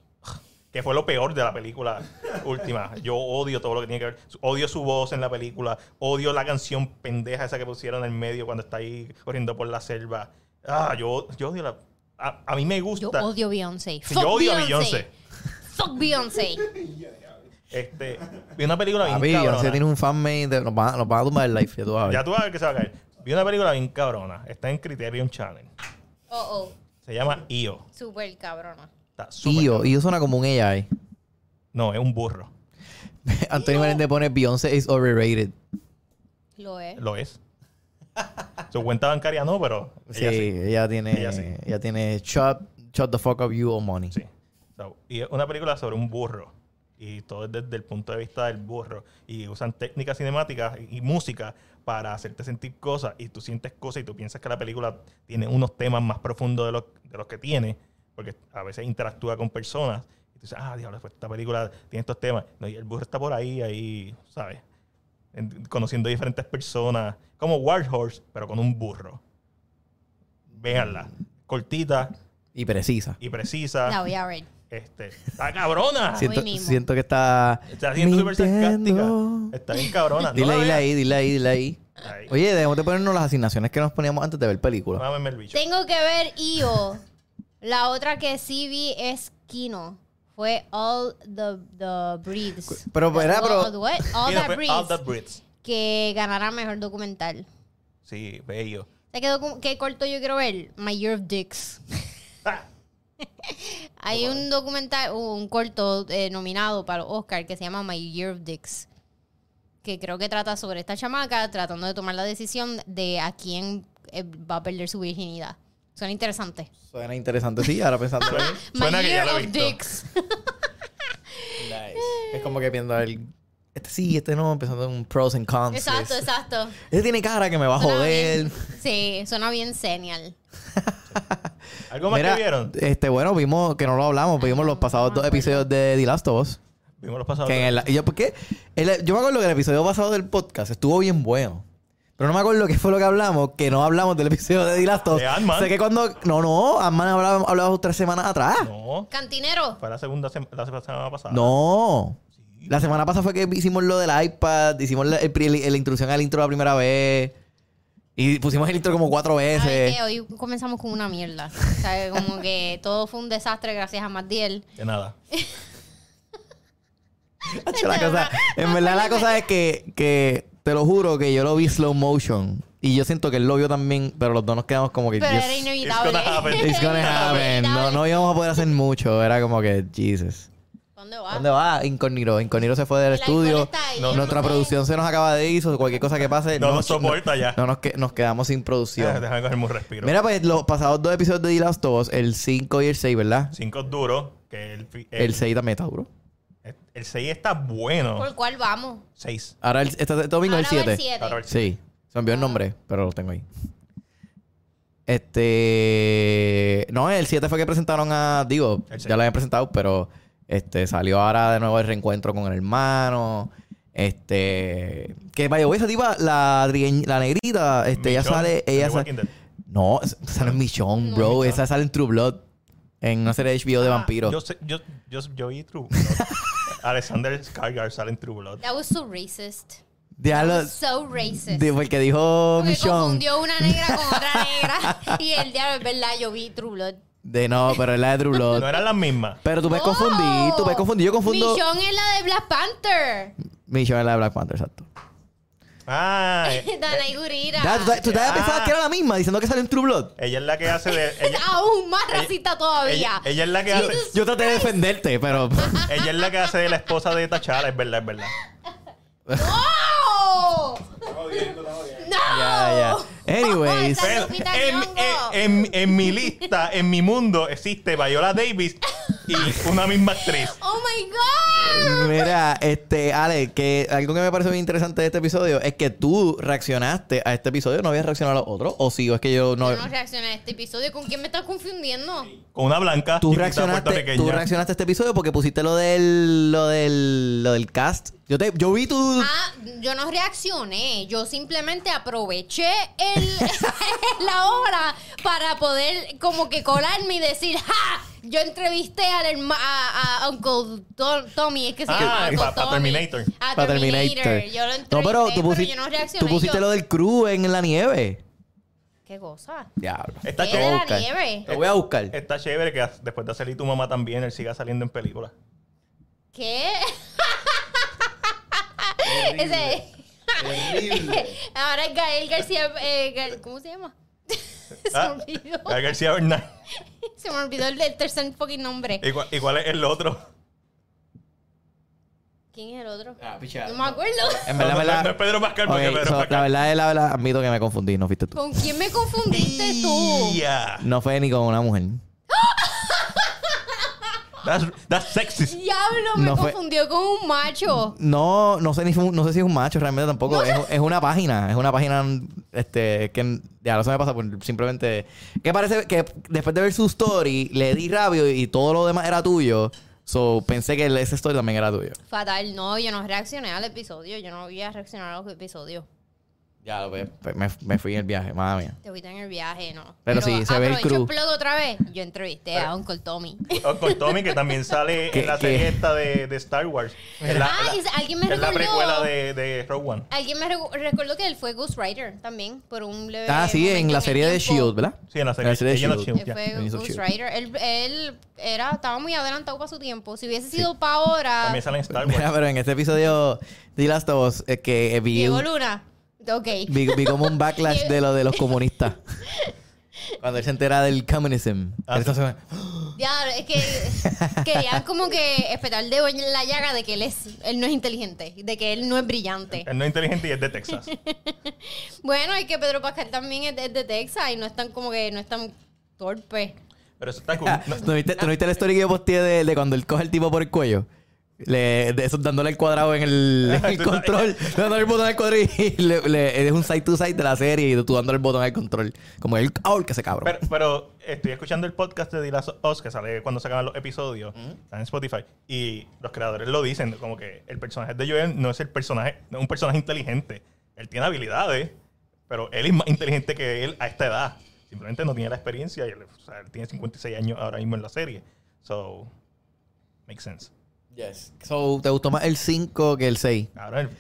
que fue lo peor de la película última. Yo odio todo lo que tiene que ver. Odio su voz en la película. Odio la canción pendeja esa que pusieron en medio cuando está ahí corriendo por la selva. Ah, yo, yo odio la... A, a mí me gusta... Yo odio Beyoncé. Sí, Fuck yo odio a Beyoncé. Beyoncé. Fuck Beyoncé. Este, vi una película bien Papi, cabrona. Beyoncé tiene un fanmate. de- Nos van, nos van a tumbar el live. Ya tú vas a ver. Ya tú vas a ver que se va a caer. Vi una película bien cabrona. Está en Criterion Channel. Oh, oh. Se llama Io. Súper cabrona. Está súper Tío, cabrona. y yo suena como un (laughs) AI. No, es un burro. Antonio Meléndez pone Beyoncé is overrated. Lo es. Lo es. Su cuenta bancaria no, pero Sí, ella ella, sí. tiene. Ella Ella, sí. tiene. Shut, shut the fuck up, you owe money. Sí. So, y es una película sobre un burro. Y todo es desde el punto de vista del burro. Y usan técnicas cinemáticas y y música para hacerte sentir cosas. Y tú sientes cosas y tú piensas que la película tiene unos temas más profundos de los, de los que tiene. Porque a veces interactúa con personas. Y tú dices, ah, diablo, pues esta película tiene estos temas. No, y el burro está por ahí, ahí, ¿sabes? en- conociendo diferentes personas, como Warhorse, pero con un burro. Véanla. Cortita Y precisa. y La precisa. voy a ver. Este, ¡Está (laughs) cabrona! Sí. Siento, mismo. siento que está. Está siendo súper sarcástica. Mintiendo. Está bien cabrona. No Dile la ahí, dile veas. ahí, dile ahí, dile ahí. Ahí. Oye, debemos de ponernos las asignaciones que nos poníamos antes de ver películas. Mámeme el bicho. Tengo que ver IO. La otra que sí vi es Kino. Fue All the, the Breeds. Pero, The- era, pero- All, what? All Mira, the fue All the Breeds. Brits. Que ganará mejor documental. Sí, bello. (laughs) ¿Te quedó como- ¿Qué corto yo quiero ver? My Year of Dicks. Ah, Hay un documental, un corto eh, nominado para los Oscar que se llama My Year of Dicks. Que creo que trata sobre esta chamaca tratando de tomar la decisión de a quién eh, va a perder su virginidad. Suena interesante. Suena interesante, sí, ahora pensando. suena, (laughs) suena My que ya Year lo he of visto. Dicks. Nice. Es como que viendo el. Este sí, este no, empezando en pros and cons. Exacto, exacto. Este tiene cara que me va a Suena joder. bien- sí, suena bien genial. ¿Algo más Mira, que vieron? Este, bueno, vimos que no lo hablamos, vimos Ah, los pasados dos episodios de The Last of Us. Vimos los pasados. Que en el- y yo, ¿por qué? El- yo me acuerdo que el episodio pasado del podcast estuvo bien bueno. Pero no me acuerdo qué fue lo que hablamos, que no hablamos del episodio de The Last of Us. De Ant-Man. Sé que cuando. No, no, Ant-Man hablaba, hablaba tres semanas atrás. No, Cantinero. fue la segunda sema- la semana pasada. No. La semana pasada fue que hicimos lo del iPad, hicimos la, el pri- la introducción al intro la primera vez. Y pusimos el intro como cuatro ¿Sabes veces. (laughs) qué? Hoy comenzamos con una mierda. ¿Sabes? Como que todo fue un desastre gracias a Matiel. De nada. Hacho, la cosa- en verdad la cosa es que, que te lo juro que yo lo vi slow motion. Y yo siento que él lo vio también, pero los dos nos quedamos como que... Pero "Yes, era inevitable. gonna happen. (laughs) It's gonna happen. No, no íbamos a poder hacer mucho. Era como que, Jesus. ¿Dónde va? ¿Dónde va? Incognito. Incognito se fue del El estudio. alcohol está Ah. ahí, No, yo nuestra no sé. producción se nos acaba de ir. o Cualquier cosa que pase. No nos soporta ya. No nos, que- nos quedamos sin Eh, producción. Déjame cogerme un respiro. Mira, pues los pasados dos episodios de The Last of Us, el 5 y el 6, ¿verdad? Cinco duros. Que el, fi- El el, 6 también está duro. el 6 está bueno. ¿Por cuál vamos? 6. Ahora, el, este, este domingo es Ahora va el el 7. siete. Sí, se me envió el nombre, pero lo tengo ahí. Este. No, el 7 fue que presentaron a. Digo, El siete. ya lo habían presentado, pero este salió ahora de nuevo el reencuentro con el hermano. Este. Que vaya, esa tipa, la, trigueñ- la negrita, este, ella sale. Ella sale, no, s- sale en Michon, No, bro. Michonne. Ah. Esa sale en True Blood. En una serie de HBO de vampiros. Yo, sé- yo, yo, yo vi True Blood. (laughs) Alexander Skarsgård sale en True Blood. That was so racist. Ya lo- So racist. de- porque dijo Porque Michon. confundió una negra (laughs) con otra negra. y el diablo, es verdad, yo vi True Blood. De no, pero es la de True Blood. (laughs) No eran las mismas. Pero tú puedes confundir, tú puedes confundir. Yo confundo. Michonne es la de Black Panther. Michonne es la de Black Panther, exacto. Ah, (laughs) eh, Danai Gurira. Ya, tú, tú te habías Ah. pensado que era la misma, diciendo que salió en True Blood. ella es la que hace de. (laughs) Ella, Aún más ella- racista todavía. ella- ella es la que hace. Jesus Yo traté de defenderte, (laughs) pero. ella es la que hace de la esposa de Tachara, es verdad, es verdad. ¡No! ¡No! Ya, ya. Anyways. Esa Pero em, Lupita en, Nyong'o. en- en- en mi lista, en mi mundo, existe Viola Davis y una misma actriz. ¡Oh, my God! Mira, este, Ale, que algo que me pareció bien interesante de este episodio es que tú reaccionaste a este episodio, no habías reaccionado a los otros, o sí, o es que yo no. Yo no reaccioné a este episodio. ¿Con quién me estás confundiendo? Con una blanca. Tú chiquita reaccionaste, tú puertorriqueña. reaccionaste a este episodio porque pusiste lo del, lo del, lo del cast. Yo te, yo vi tu, Ah, yo no reaccioné. Yo simplemente aproveché el, (laughs) la hora para poder como que colarme y decir, ¡ja! Yo entrevisté al herma- a, a Uncle To- Tommy, es que se Ah, llama Uncle pa- pa' Tommy. Terminator. A Pa' Terminator. Yo lo entrevisté, no, pero tú, pusi- yo no reaccioné. tú pusiste Yo- lo del crew en la nieve. ¿Qué cosa? Diablo. Está ¿Qué chévere. de la buscar. nieve? Lo voy a buscar. Está chévere que después de salir tu mamá también, él siga saliendo en (laughs) películas. ¿Qué? (laughs) Ese... (laughs) Ahora es Gael García... eh, Gar- ¿Cómo se llama? (laughs) se Ah, me olvidó. Gael García Bernal. Se me olvidó el, el tercer fucking nombre. ¿Y cuál, y cuál es el otro? ¿Quién es el otro? Ah, pichada. No me acuerdo. (laughs) En No, verdad, no, en verdad. no es Pedro Pascal, Ok, porque Pedro so, Pascal. la verdad es la verdad, admito que me confundí, no fuiste tú. ¿Con quién me confundiste tú? Yeah. No fue ni con una mujer. That's, that's sexist. Diablo, me No fue- confundió con un macho. No, no sé ni no sé si es un macho realmente tampoco. No. Es, es una página, es una página este que ya lo se me pasa por simplemente que parece que después de ver su story le di rabio y todo lo demás era tuyo. So, pensé que ese story también era tuyo. Fatal, no, yo no reaccioné al episodio. Yo no había reaccionado a los episodios. Ya, lo ve. Pues Me, me fui en el viaje, madre mía. Te fuiste en el viaje, no. Pero sí, se ve el aprovecho crew. plug otra vez. Yo entrevisté a Uncle Tommy. (laughs) O Oh, Con Tommy, que también sale ¿Qué- en la qué? serie esta de, de Star Wars. En la- Ah, en la- y alguien me en la recordó. precuela de, de Rogue One. Alguien me recu- recordó que él fue Ghost Rider también, por un leve Ah, sí, momento en la el serie de tiempo. Shield, ¿verdad? Sí, en la serie, La serie de ella lo Shield. chivo, Él ya. fue Él hizo Ghost Shield. Rider. Él, él era, estaba muy adelantado para su tiempo. Si hubiese sido para ahora, También sale en Star Mira, Wars. pero en este episodio de Last of Us, es que eh, vi, Diego un- Luna. Ok. vi, vi como un (laughs) backlash de lo de los comunistas. Cuando él se entera del communism. Ah, Él se hace- Ya, (laughs) es que querían como que espetar el dedo en la llaga de que él es, él no es inteligente, de que él no es brillante. Él no es inteligente y es de (laughs) Texas. Bueno, es que Pedro Pascal también es de, es de Texas y no es tan como que no es tan torpe. Pero eso está cool. Ah, No- ¿No viste, ¿tú no viste la historia que yo posteé de, de cuando él coge el tipo por el cuello? Le, de eso, dándole el cuadrado (laughs) en el, en el Tú sabes. control. dándole el botón al cuadrado y le- le- es un side to side de la serie y tú dándole el botón al control. Como el ahora que se cabrón. Pero, pero estoy escuchando el podcast de Dilas Oz que sale cuando se acaban los episodios. Está en Spotify. Y los creadores lo dicen, como que el personaje de Joel no es el personaje, no es un personaje inteligente. Él tiene habilidades, pero él es más inteligente que él a esta edad. Simplemente no tiene la experiencia y él, o sea, él tiene 56 años ahora mismo en la serie. So, makes sense. So, ¿te gustó más el 5 que el 6? Ahora él-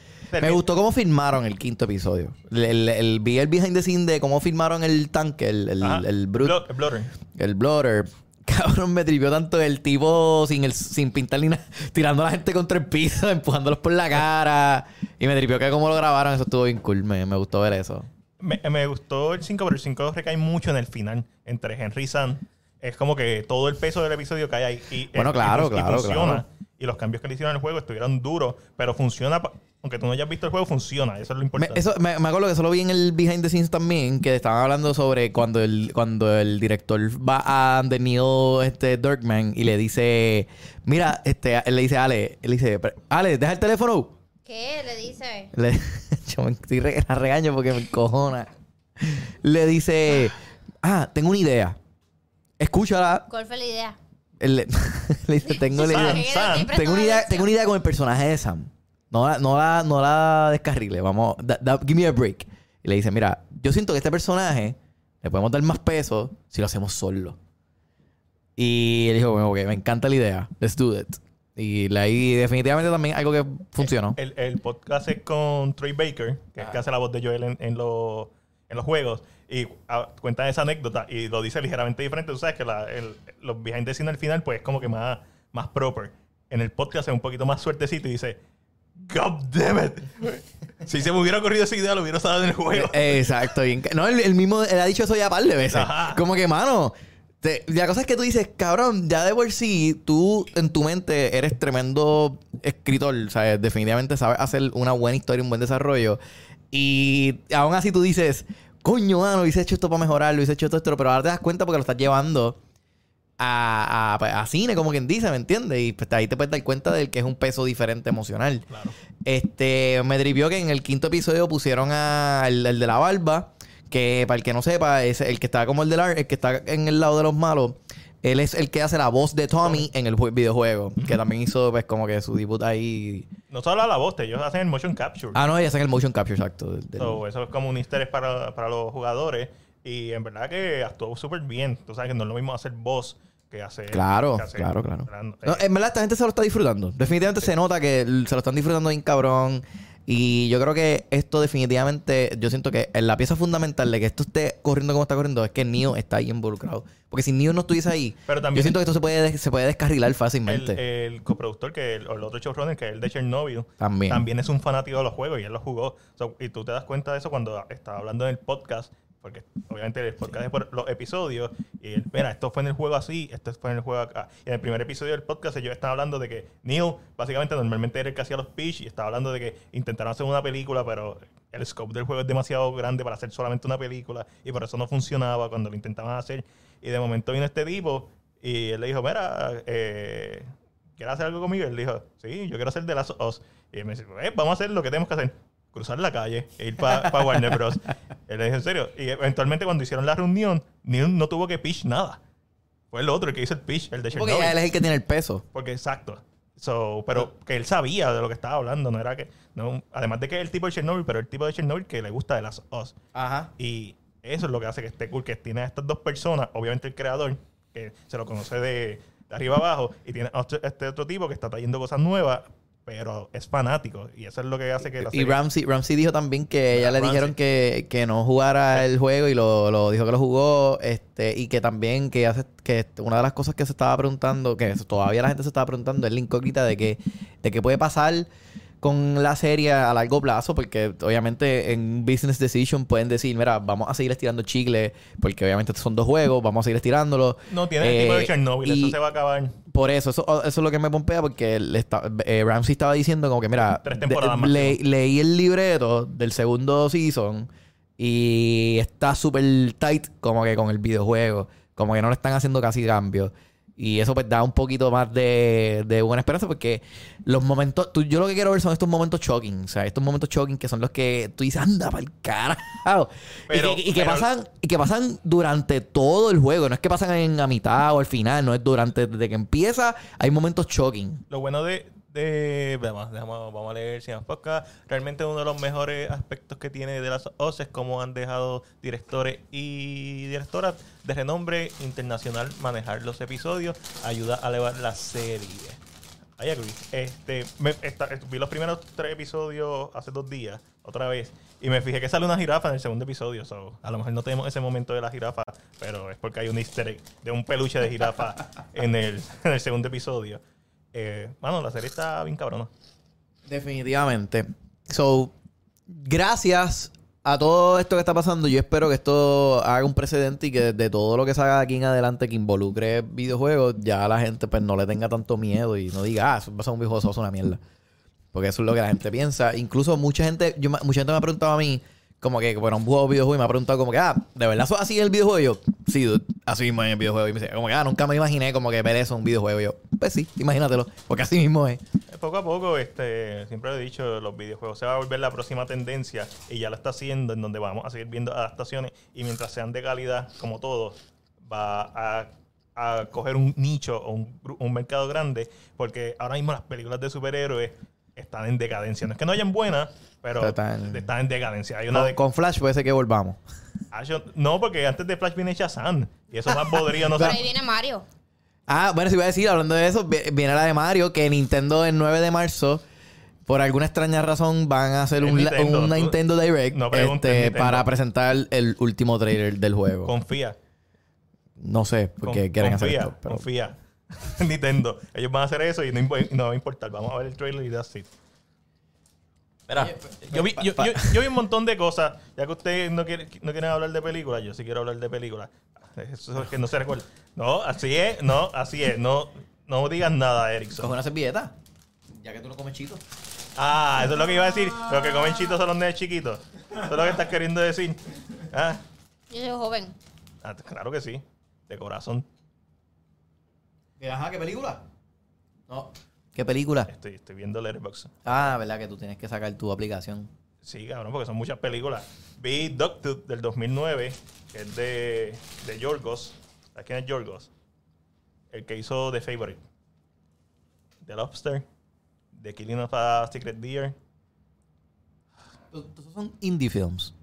Me gustó cómo filmaron el quinto episodio. El, el- el- vi el behind the scene de cómo filmaron el tanque, el, el, Ajá. el brut- Blo- el blotter. el blotter. (laughs) Cabrón, me trivió tanto el tipo sin, el, sin pintar ni nada, (laughs) tirando a la gente contra el piso, (laughs) empujándolos por la cara. Y me trivió que cómo lo grabaron, eso estuvo bien cool, me, me gustó ver eso. Me, me gustó el 5, pero el 5 recae mucho en el final, entre Henry y Sam. Es como que todo el peso del episodio cae ahí. Y, Bueno, y- claro, y fun- y claro, funciona. claro. Y los cambios que le hicieron al juego estuvieron duros, pero funciona. pa- Aunque tú no hayas visto el juego, funciona. Eso es lo Me, importante. eso, me, me acuerdo que eso lo vi en el behind the scenes también, que estaban hablando sobre cuando el, cuando el director va a The Neil este, Dirkman y le dice, mira, este, él le dice a Ale, él le dice, Ale, deja el teléfono. (laughs) ¿Qué le dice? Le- yo me estoy re- la regaño porque me encojona. Le dice, ah, tengo una idea. Escúchala. ¿Cuál fue la idea? Él le, (laughs) le dice, (laughs) tengo la Sam, idea. Sam. Tengo una idea, tengo una idea con el personaje de Sam. No la, no la, no la descarrile. Vamos, da- da- give me a break. Y le dice, mira, yo siento que este personaje le podemos dar más peso si lo hacemos solo. Y él dijo, bueno, ok, me encanta la idea. Let's do it. Y la- y definitivamente también algo que funcionó. El, el podcast es con Trey Baker, que Ah. es el que hace la voz de Joel en, en los- en los juegos. Y ah, cuenta esa anécdota y lo dice ligeramente diferente. Tú sabes que la- el- los behind the scenes al final, pues es como que más, más proper. En el podcast es un poquito más suertecito y dice: God damn (laughs) it. si se me hubiera ocurrido esa idea, lo hubiera usado en el juego. Eh, Exacto. bien ca- No, él, él mismo él ha dicho eso ya par de veces. Ajá. Como que, mano, te- la cosa es que tú dices, cabrón, ya de por sí, tú en tu mente eres tremendo escritor, ¿sabes? Definitivamente sabes hacer una buena historia, un buen desarrollo. Y aún así tú dices, coño, mano, hubiese hecho esto para mejorarlo, hubiese hecho esto, esto, pero ahora te das cuenta porque lo estás llevando a, a- pues, a cine, como quien dice, ¿me entiendes? Y pues, ahí te puedes dar cuenta del que es un peso diferente emocional. Claro. Este, me trivió que en el quinto episodio pusieron a- al al de la barba, que para el que no sepa, es el que está como el de Lar, el que está en el lado de los malos. Él es el que hace la voz de Tommy en el jue- videojuego, que también hizo pues como que su debut ahí. No solo la voz, ellos hacen el motion capture. Ah, no, ella hace el motion capture, exacto. del- del- So, eso es como un easter egg para, para los jugadores. Y en verdad que actuó súper bien. Tú sabes que no es lo mismo hacer voz que hacer. Claro, que hacer- claro, claro. hablando- No, en verdad, esta gente se lo está disfrutando. Definitivamente se nota que l- se lo están disfrutando bien cabrón. Y yo creo que esto definitivamente, yo siento que la pieza fundamental de que esto esté corriendo como está corriendo es que Neo está ahí involucrado. Porque si Neo no estuviese ahí, Pero también- yo siento que esto se puede, des- se puede descarrilar el, eh, fácilmente. el coproductor, que el, o el otro showrunner, que es el de Chernobyl, También. es un fanático de los juegos y él los jugó. So, y tú te das cuenta de eso cuando estaba hablando en el podcast, porque obviamente el podcast es por los episodios. Y él, mira, esto fue en el juego así, esto fue en el juego acá. Y en el primer episodio del podcast, ellos estaban hablando de que Neil, básicamente, normalmente era el que hacía los pitch y estaba hablando de que intentaron hacer una película, pero el scope del juego es demasiado grande para hacer solamente una película y por eso no funcionaba cuando lo intentaban hacer. Y de momento vino este tipo y él le dijo, mira, eh, ¿quieres hacer algo conmigo? Él dijo, sí, yo quiero hacer de las Us. Y él me dice, "Eh, vamos a hacer lo que tenemos que hacer. Cruzar la calle e ir para Warner Bros. él le dijo, en serio. Y eventualmente cuando hicieron la reunión, Neil no tuvo que pitch nada. Fue el otro, el que hizo el pitch, el de Porque Chernobyl. él es el que tiene el peso. Porque exacto. So, pero que él sabía de lo que estaba hablando, no era que. No, además de que es el tipo de Chernobyl, pero el tipo de Chernobyl que le gusta de las Us. Ajá. Y eso es lo que hace que esté cool, que tiene a estas dos personas, obviamente el creador, que se lo conoce de, de arriba abajo, y tiene a otro- este otro tipo que está trayendo cosas nuevas, pero es fanático. Y eso es lo que hace que la Y serie- Ramsey, Ramsey dijo también que ya le Ramsey. dijeron que, que no jugara el juego y lo, lo dijo que lo jugó. Este, y que también que hace, que una de las cosas que se estaba preguntando, que todavía la gente se estaba preguntando, es la incógnita de que, de qué puede pasar con la serie a largo plazo, porque obviamente en Business Decision pueden decir, mira, vamos a seguir estirando chicle, porque obviamente estos son dos juegos, vamos a seguir estirándolos. No tiene el tipo Eh, de Chernobyl, y- eso se va a acabar. Por eso, eso, oh, eso es lo que me pompea porque le está- eh, Ramsey estaba diciendo como que, mira, Tres de- temporadas máximo. le- leí el libreto del segundo season y está súper tight como que con el videojuego, como que no le están haciendo casi cambios. Y eso pues da un poquito más de, de buena esperanza porque los momentos, tú- yo lo que quiero ver son estos momentos shocking, o sea, estos momentos shocking que son los que tú dices, anda para el carajo. Pero- y que, y que pero- pasan, y que pasan durante todo el juego, no es que pasan en la mitad o al final, no es durante, desde que empieza hay momentos shocking. Lo bueno de. de vamos, dejamos- vamos a leer sin más podcast. Realmente uno de los mejores aspectos que tiene de las OS es cómo han dejado directores y directoras de renombre internacional manejar los episodios. Ayuda a elevar la serie. Ay, agree. Este, me- esta- vi los primeros tres episodios hace dos días, otra vez, y me fijé que sale una jirafa en el segundo episodio. so, a lo mejor no tenemos ese momento de la jirafa, pero es porque hay un easter egg de un peluche de jirafa en el, (laughs) en el segundo episodio. Eh, mano, la serie está bien cabrona. Definitivamente. So, gracias a todo esto que está pasando. Yo espero que esto haga un precedente y que de todo lo que se haga de aquí en adelante que involucre videojuegos, ya la gente pues no le tenga tanto miedo y no diga, ah, eso va a ser un videojuego, eso es una mierda. Porque eso es lo que la gente piensa. Incluso mucha gente, yo, me- mucha gente me ha preguntado a mí, como que, bueno, un juego de videojuego y me ha preguntado como que, ah, ¿de verdad eso es así en el videojuego? Y yo, sí, dude, así mismo es en el videojuego. Y me dice, como que, ah, nunca me imaginé como que ver eso en un videojuego. Y yo, pues sí, imagínatelo, porque así mismo es. Eh, Poco a poco, este, siempre lo he dicho, los videojuegos se va a volver la próxima tendencia y ya lo está haciendo, en donde vamos a seguir viendo adaptaciones y mientras sean de calidad, como todo, va a, a coger un nicho o un, gru- un mercado grande, porque ahora mismo las películas de superhéroes están en decadencia. No es que no hayan buenas, pero Están- están en decadencia. Hay una Con, de- con Flash puede ser que volvamos. Ah, yo- no, porque antes de Flash viene Shazam y eso más podría no Por ser. ahí viene Mario. Ah, bueno, si voy a decir, hablando de eso, vi- viene la de Mario, que Nintendo el 9 de marzo, por alguna extraña razón, van a hacer Es un, la- Nintendo, un tú- Nintendo Direct no preguntes, este, Nintendo. para presentar el último trailer del juego. Confía. no sé por qué Con- quieren confía, hacer esto. pero- Confía. (laughs) Nintendo. Ellos van a hacer eso y no, impo- y no va a importar. Vamos a ver el trailer y that's it. Mira, yo vi, yo, pues, pa- yo- yo vi un montón de cosas. Ya que ustedes no, quiere- no quieren hablar de películas, yo sí quiero hablar de películas. Eso es lo que no se recuerda. No, así es. No, así es. No, no digas nada, Coge Erickson. una servilleta. Ya que tú no comes chito. Ah, eso es lo que iba a decir. Lo que comen chitos son los nenes chiquitos. Eso es lo que estás queriendo decir. Ah, Yo soy joven. ah, claro que sí. De corazón. Ajá, ¿qué película? No. ¿Qué película? Estoy, estoy viendo Letterboxd. Ah, verdad que tú tienes que sacar tu aplicación. Sí, cabrón, porque son muchas películas. Vi Doctor del 2009, que es de, de Yorgos. ¿Sabes quién es Yorgos? El que hizo The Favorite. The Lobster. The Killing of a Secret Deer. Estos son indie films.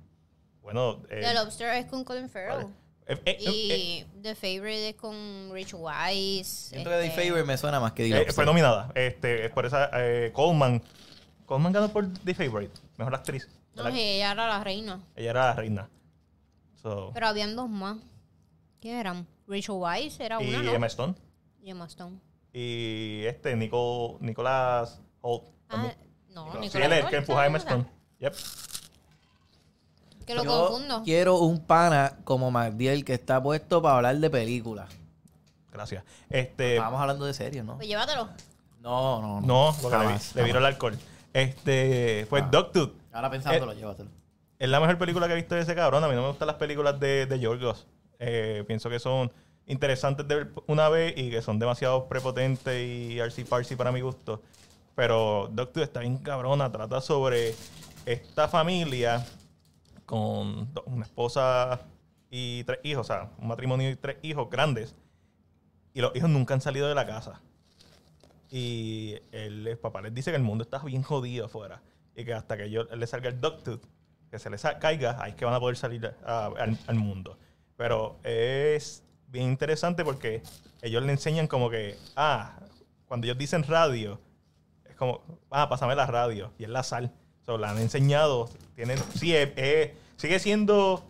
Bueno, eh, The Lobster es con Colin vale. Farrell. Eh, eh, eh, Y The Favorite es con Rich Wise. Siento que The este, Favor me suena más que The eh, Lobster. fue nominada. Este, es por esa. eh, Coleman. Coleman ganó por The Favorite. Mejor actriz. No, Era- sí, ella era la reina. Ella era la reina. So, Pero habían dos más. ¿Quién eran? Rachel Weisz era y una, ¿no? Emma Stone. Y Emma Stone. Y este, Nicole, Nicolás Holt. Ah, también. no, Sí, Nicolas él es el Holt, que empuja a Emma ¿verdad? Stone. Yep. Que lo Yo confundo. Quiero un pana como Magdiel que está puesto para hablar de películas. Gracias. Este, Estábamos hablando de serio, ¿no? Pues llévatelo. No, no, no. no, porque le, Jamás, Ah. le viró el alcohol. Este, pues Doctor Ahora Eh. pensándolo, llévatelo. es la mejor película que he visto de ese cabrón. A mí no me gustan las películas de, de Yorgos. Eh, pienso que son interesantes de ver una vez y que son demasiado prepotentes y artsy parsi para mi gusto. Pero Doctor está bien cabrona. Trata sobre esta familia con do- una esposa y tres hijos, o sea, un matrimonio y tres hijos grandes y los hijos nunca han salido de la casa. Y el, el papá les dice que el mundo está bien jodido afuera. Y que hasta que yo le salga el Doctor, que se les sa- caiga, ahí es que van a poder salir a- al, al mundo. Pero es bien interesante porque ellos le enseñan como que, ah, cuando ellos dicen radio, es como, ah, pásame la radio. Y es la sal. So, la han enseñado. Tienen, sí, es- es- sigue siendo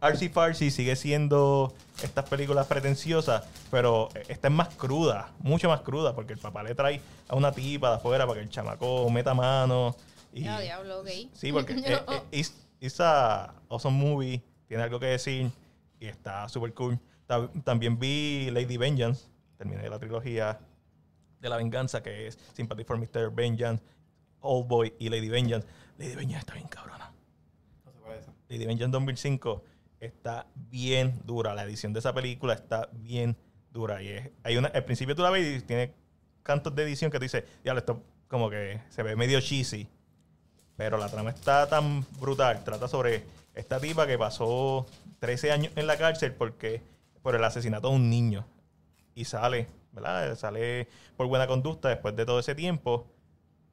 Arcy Farsi sigue siendo estas películas pretenciosas, pero esta es más cruda, mucho más cruda, porque el papá le trae a una tipa de afuera para que el chamaco meta mano. Y, Ya, diablo, ok. Sí, porque eh, eh, it's, it's a awesome movie, tiene algo que decir y está super cool. Ta- También vi Lady Vengeance, terminé la trilogía de la venganza que es Sympathy for Mr. Vengeance, Old Boy y Lady Vengeance. Lady Vengeance está bien cabrona. Lady Vengeance 2005 está bien dura. La edición de esa película está bien dura. Y es- hay una, al principio tú la ves y tiene cantos de edición que te dice, diablo, esto como que se ve medio cheesy. Pero la trama está tan brutal. Trata sobre esta tipa que pasó 13 años en la cárcel porque por el asesinato de un niño. Y sale, ¿verdad? Sale por buena conducta después de todo ese tiempo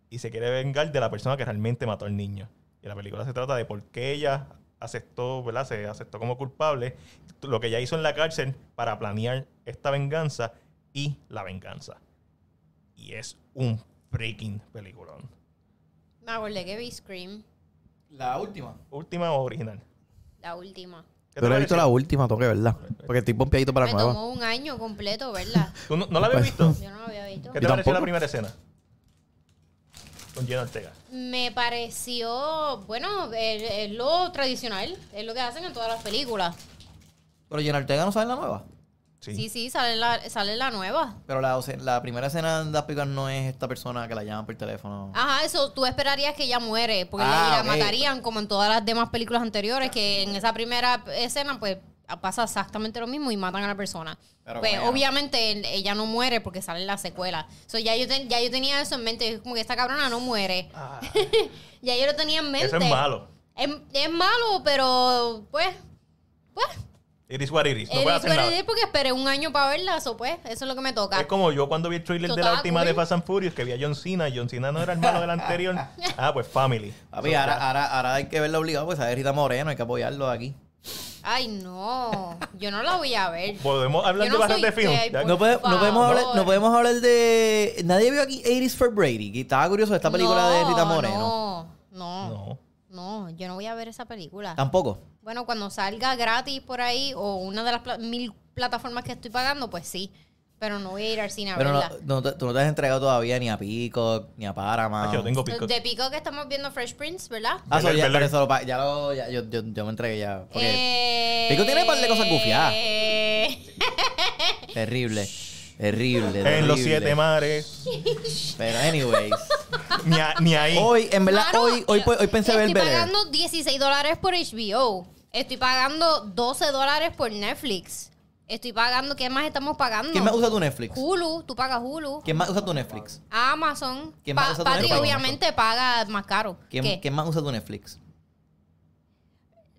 y se quiere vengar de la persona que realmente mató al niño. Y la película se trata de por qué ella aceptó, ¿verdad? Se aceptó como culpable, lo que ella hizo en la cárcel para planear esta venganza y la venganza. Y es un freaking peliculón. Me acordé que vi Scream, La última. Última o original. la última. ¿Qué te Yo la he visto la pareció? última, tengo que verla. Porque estoy pompeadito para Me la nueva. tomó un año completo, ¿verdad? ¿Tú no, no la habías visto? Yo no lo había (laughs) visto. ¿Qué te pareció Pues, Yo tampoco. la primera escena? Con Jenna Ortega. Me pareció, bueno, es, es lo tradicional, es lo que hacen en todas las películas. Pero Jenna Ortega no sale en la nueva. Sí. Sí, sí, sale, la, sale la nueva. Pero la, o sea, la primera escena de las películas no es esta persona que la llaman por teléfono. Ajá, eso tú esperarías que ella muere, porque Ah, la, la ok. matarían como en todas las demás películas anteriores, que en esa primera escena pues pasa exactamente lo mismo y matan a la persona. Pero pues bueno. obviamente él- ella no muere porque sale en la secuela. So, ya, yo ten- ya yo tenía eso en mente, como que esta cabrona no muere. Ah, Ya yo lo tenía en mente. eso es malo. Es, es malo, pero pues... Pues, Iris is what it is. No él puedes hacer hizo el nada. edit porque esperé un año para verla, so, pues, eso es lo que me toca. Es como yo cuando vi el trailer Eso de la estaba última de cool. Fast and Furious, que vi a John Cena. John Cena no era hermano del (laughs) anterior. Ah, pues Family. Papi, ahora, ahora, ahora hay que verla obligado, pues a Rita Moreno, hay que apoyarlo aquí. Ay, no, yo no la voy a ver. Podemos hablar Yo de no bastante soy film. gay, pues. Ya- por No, puede- no podemos favor. hablar, no podemos hablar de. Nadie vio aquí 80s for Brady. que Estaba curioso de esta película de Rita Moreno. No, no, No. no, yo no voy a ver esa película. Tampoco. Bueno, cuando salga gratis por ahí o una de las pla- mil plataformas que estoy pagando, pues sí. Pero no voy a ir al cine a Pero no, verla. no te- tú no te has entregado todavía ni a Pico, ni a Ah, Paramount. yo tengo pico. De pico que estamos viendo Fresh Prince, ¿verdad? Ah, eso Belén, ya, Belén. pero eso lo pa- ya lo- ya- yo, yo- yo me entregué ya. Porque Eh, Pico tiene un par de cosas gufiadas. eh, terrible. Terrible. En los terrible. siete mares. Pero, (laughs) anyways. Ni, a- ni ahí. hoy, en verdad, Mano, hoy, hoy, pues, hoy pensé ver Estoy Belén. pagando 16 dólares por HBO. Estoy pagando 12 dólares por Netflix. Estoy pagando, ¿qué más estamos pagando? ¿Quién más usa tu Netflix? Hulu, tú pagas Hulu. ¿Quién más usa tu Netflix? Amazon. ¿Quién Pa- más usa tu Patri Netflix? obviamente paga más caro. ¿Quién, ¿Qué? ¿Quién más usa tu Netflix?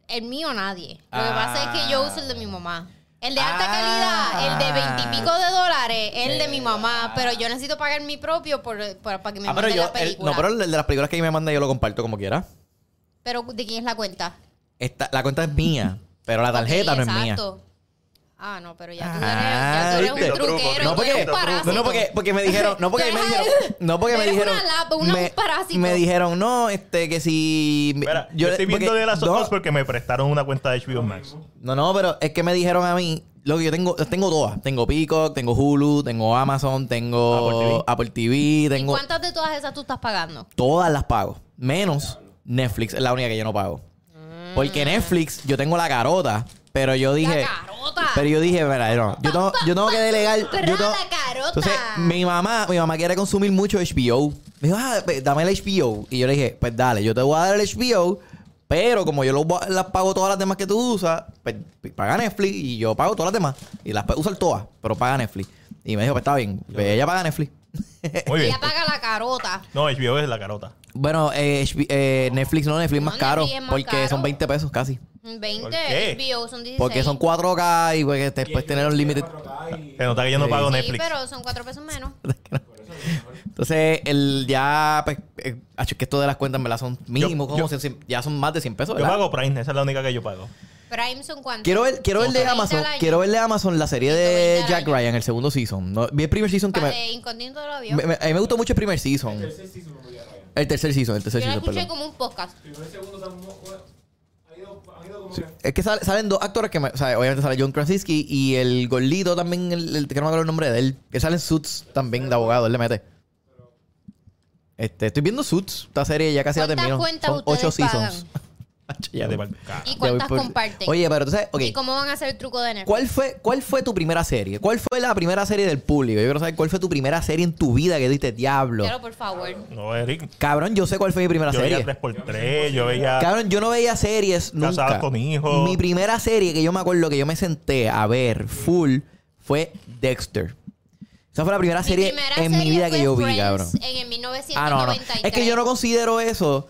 El mío nadie. Lo que Ah. pasa es que yo uso el de mi mamá. El de alta Ah. calidad, el de veintipico de dólares, el de mi mamá. Ah. Pero yo necesito pagar mi propio por, por- para que me ah, pero mande yo. la el- película. no, pero pero... el de las películas que me manda yo lo comparto como quiera. ¿de quién es la cuenta? Esta- la cuenta es mía, pero la tarjeta Ok, no es mía. exacto. Ah, no, pero ya tú eres, Ah, ya tú eres ¿viste? un truquero. No, tú eres porque, un parásito. no, no, porque, porque me dijeron, no, porque Tú me eres dijeron, no, porque me eres dijeron, una lapa, una- un me, parásito. me dijeron, no, este, que si, Espera, yo, estoy porque- viendo de las no, otras porque me prestaron una cuenta de HBO Max. no, no, pero es que me dijeron a mí, lo que yo tengo, tengo todas, tengo Peacock, tengo Hulu, tengo Amazon, tengo Apple TV, ¿Y tengo cuántas de todas esas tú estás pagando? todas las pago, menos Netflix, es la única que yo no pago, porque Netflix yo tengo la carota, pero yo dije, la carota. Pero yo dije, mira, no, yo tengo, yo tengo que delegar. Pero yo tengo- la carota. Entonces, mi mamá, mi mamá quiere consumir mucho HBO. Me dijo, ah, pues, dame el HBO. Y yo le dije, pues dale, yo te voy a dar el HBO, pero como yo lo voy a- las pago todas las demás que tú usas, pues pues, paga Netflix y yo pago todas las demás. Y las puedo usar todas, pero paga Netflix. Y me dijo, pues está bien, pues, ella paga Netflix. Muy bien. Ella paga la carota. No, HBO es la carota. Bueno, eh, HB- eh, Netflix no, Netflix No, más caro, Netflix es más porque caro. son 20 pesos casi. ¿Por 20, qué? HBO son 16. Porque son 4K y pues, después tener un límite. Se nota que yo no Sí. pago Sí, Netflix. pero son 4 pesos menos. Entonces, el ya. Pues, eh, acho, es que esto de las cuentas, en ¿verdad? Son mínimo, Yo- como yo- cien- cien- ya son más de 100 pesos, Yo ¿verdad? pago Prime, esa es la única que yo pago. Prime son cuántos. Quiero ver, quiero ver de 120 Amazon, al año. quiero ver de Amazon la serie 120 de al Jack año. Ryan, el segundo season. No, vi el primer season que Vale, me, Incontinto lo vio. me- me- A mí me gustó mucho el primer season. El tercer season, el Yo tercer lo season, escuché perdón. como un podcast. Es que sale- salen dos actores que me, o sea, obviamente sale John Krasinski y el gordito también, el, el- que no me acuerdo el nombre de él, que sale en Suits también de abogado, él le mete. Este, estoy viendo Suits, esta serie ya casi la ¿Cuántas termino. cuentas Son ustedes ocho pagan? seasons. (laughs) Acho, ya Ya te voy- pal- ca- ¿Y Ah, ya voy cuántas por- comparten? Oye, pero entonces, ok. ¿Y cómo van a hacer el truco de Netflix? ¿Cuál fue, ¿Cuál fue tu primera serie? ¿Cuál fue la primera serie del público? Yo quiero saber cuál fue tu primera serie en tu vida que diste diablo. Claro, por favor. No, Eric. Cabrón, yo sé cuál fue mi primera Yo veía serie. 3x3, yo veía. Cabrón, yo no veía series nunca. Casados con hijos. Mi primera serie que yo me acuerdo que yo me senté a ver full fue Dexter. Esa fue la primera serie primera en mi serie vida que fue yo vi, Friends cabrón. En el Ah, no, no. 1993. Es que yo no considero eso.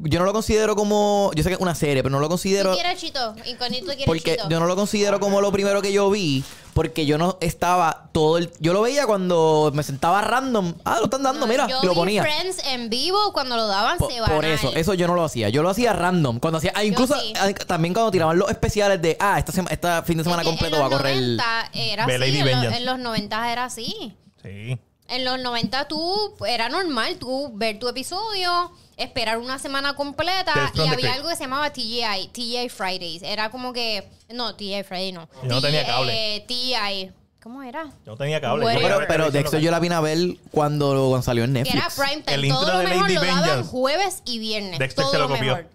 Yo no lo considero como. Yo sé que es una serie, pero no lo Tú considero. quieres chito. Incontinto quiere Porque chito. yo no lo considero como lo primero que yo vi, porque yo no estaba todo el... Yo lo veía cuando me sentaba random. Ah, lo están dando, No, mira, yo y lo vi ponía. Friends en vivo cuando lo daban Po- se Por, eso, eso yo no lo hacía. Yo lo hacía random. Cuando hacía, ah, incluso sí. ah, también cuando tiraban los especiales de, ah, esta, sema- esta fin de semana completo va a correr. En los 90 era Ve Lady así. En, lo- Vengeance. en los 90 era así. Sí. En los 90 tú era normal tú ver tu episodio, esperar una semana completa Tales y from the había Crypt. algo que se llamaba TGI, TGI Fridays. Era como que no, TGI Friday no. Yo no tenía cable. Eh, TGI. ¿Cómo era? Yo no tenía cable. Bueno. Yo veía Pero, pero televisión Dexter local. yo la vine a ver cuando, lo- cuando salió en Que era Netflix. prime time. El intro todo lo de mejor Lady lo daban Vengeance. jueves y viernes. Dexter todo se lo lo copió. mejor.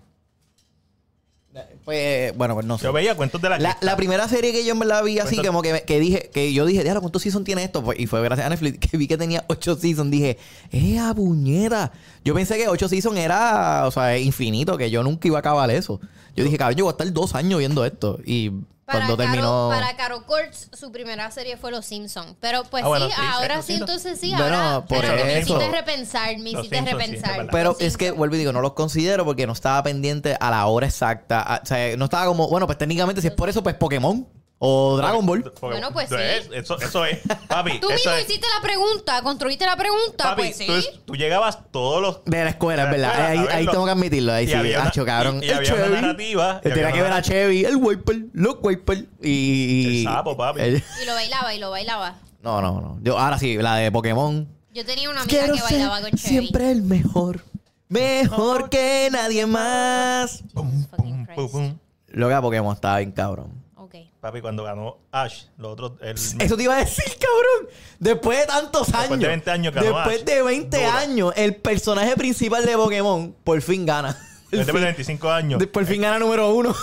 Pues, bueno, pues no sé. Yo veía cuentos de la. La, la primera serie que yo me la vi así, Cuéntame. como que, que dije, que yo dije, diablo, ¿cuántos seasons tiene esto? Pues, y fue gracias a Netflix que vi que tenía ocho seasons. Dije, ¡eh, puñera! Yo pensé que ocho seasons era, o sea, infinito, que yo nunca iba a acabar eso. Yo dije, cabrón, yo voy a estar dos años viendo esto. Y Para cuando Caro, terminó. para Caro Kurtz, su primera serie fue Los Simpsons. Pero pues Ah, bueno, sí, sí, ahora Los sí, Simpson. entonces sí, Bueno, ahora. por pero me eso. hiciste repensar, me Los hiciste Simpson, sí, es repensar. verdad. Pero Los es que, Simpson. vuelvo y digo, no los considero porque no estaba pendiente a la hora exacta. A- o sea, no estaba como, bueno, pues técnicamente, si es por eso, pues Pokémon o Dragon Ball. Porque- Bueno, pues, es- sí. Eso, eso es. Papi, Tú eso mismo es. hiciste la pregunta, construiste la pregunta, Papi, pues sí. tú, tú llegabas todos los. De la escuela, es De la verdad. escuela, ahí, a ahí verlo. tengo que admitirlo. Ahí Y sí, había una- hacho, cabrón. y- y el había una Chevy. narrativa, y Él tenía había que una- ver a Chevy, el Wiper, los Wiper y. El sapo, papi. el- Y lo bailaba, y lo bailaba. No, no, no. Yo, ahora sí, la de Pokémon. Yo tenía una amiga Quiero que ser bailaba con Chevy. siempre el mejor. Mejor que nadie más. Pum, Fucking pum, Christ. pum, pum. Loca Pokémon estaba bien, cabrón. Ok. Papi, cuando ganó Ash, lo otro. El, Eso te iba a decir, cabrón. Después de tantos años. de 20 años ganó Después Ash. de 20 Dura. años, el personaje principal de Pokémon por fin gana. el de 25 años. Por fin gana número uno.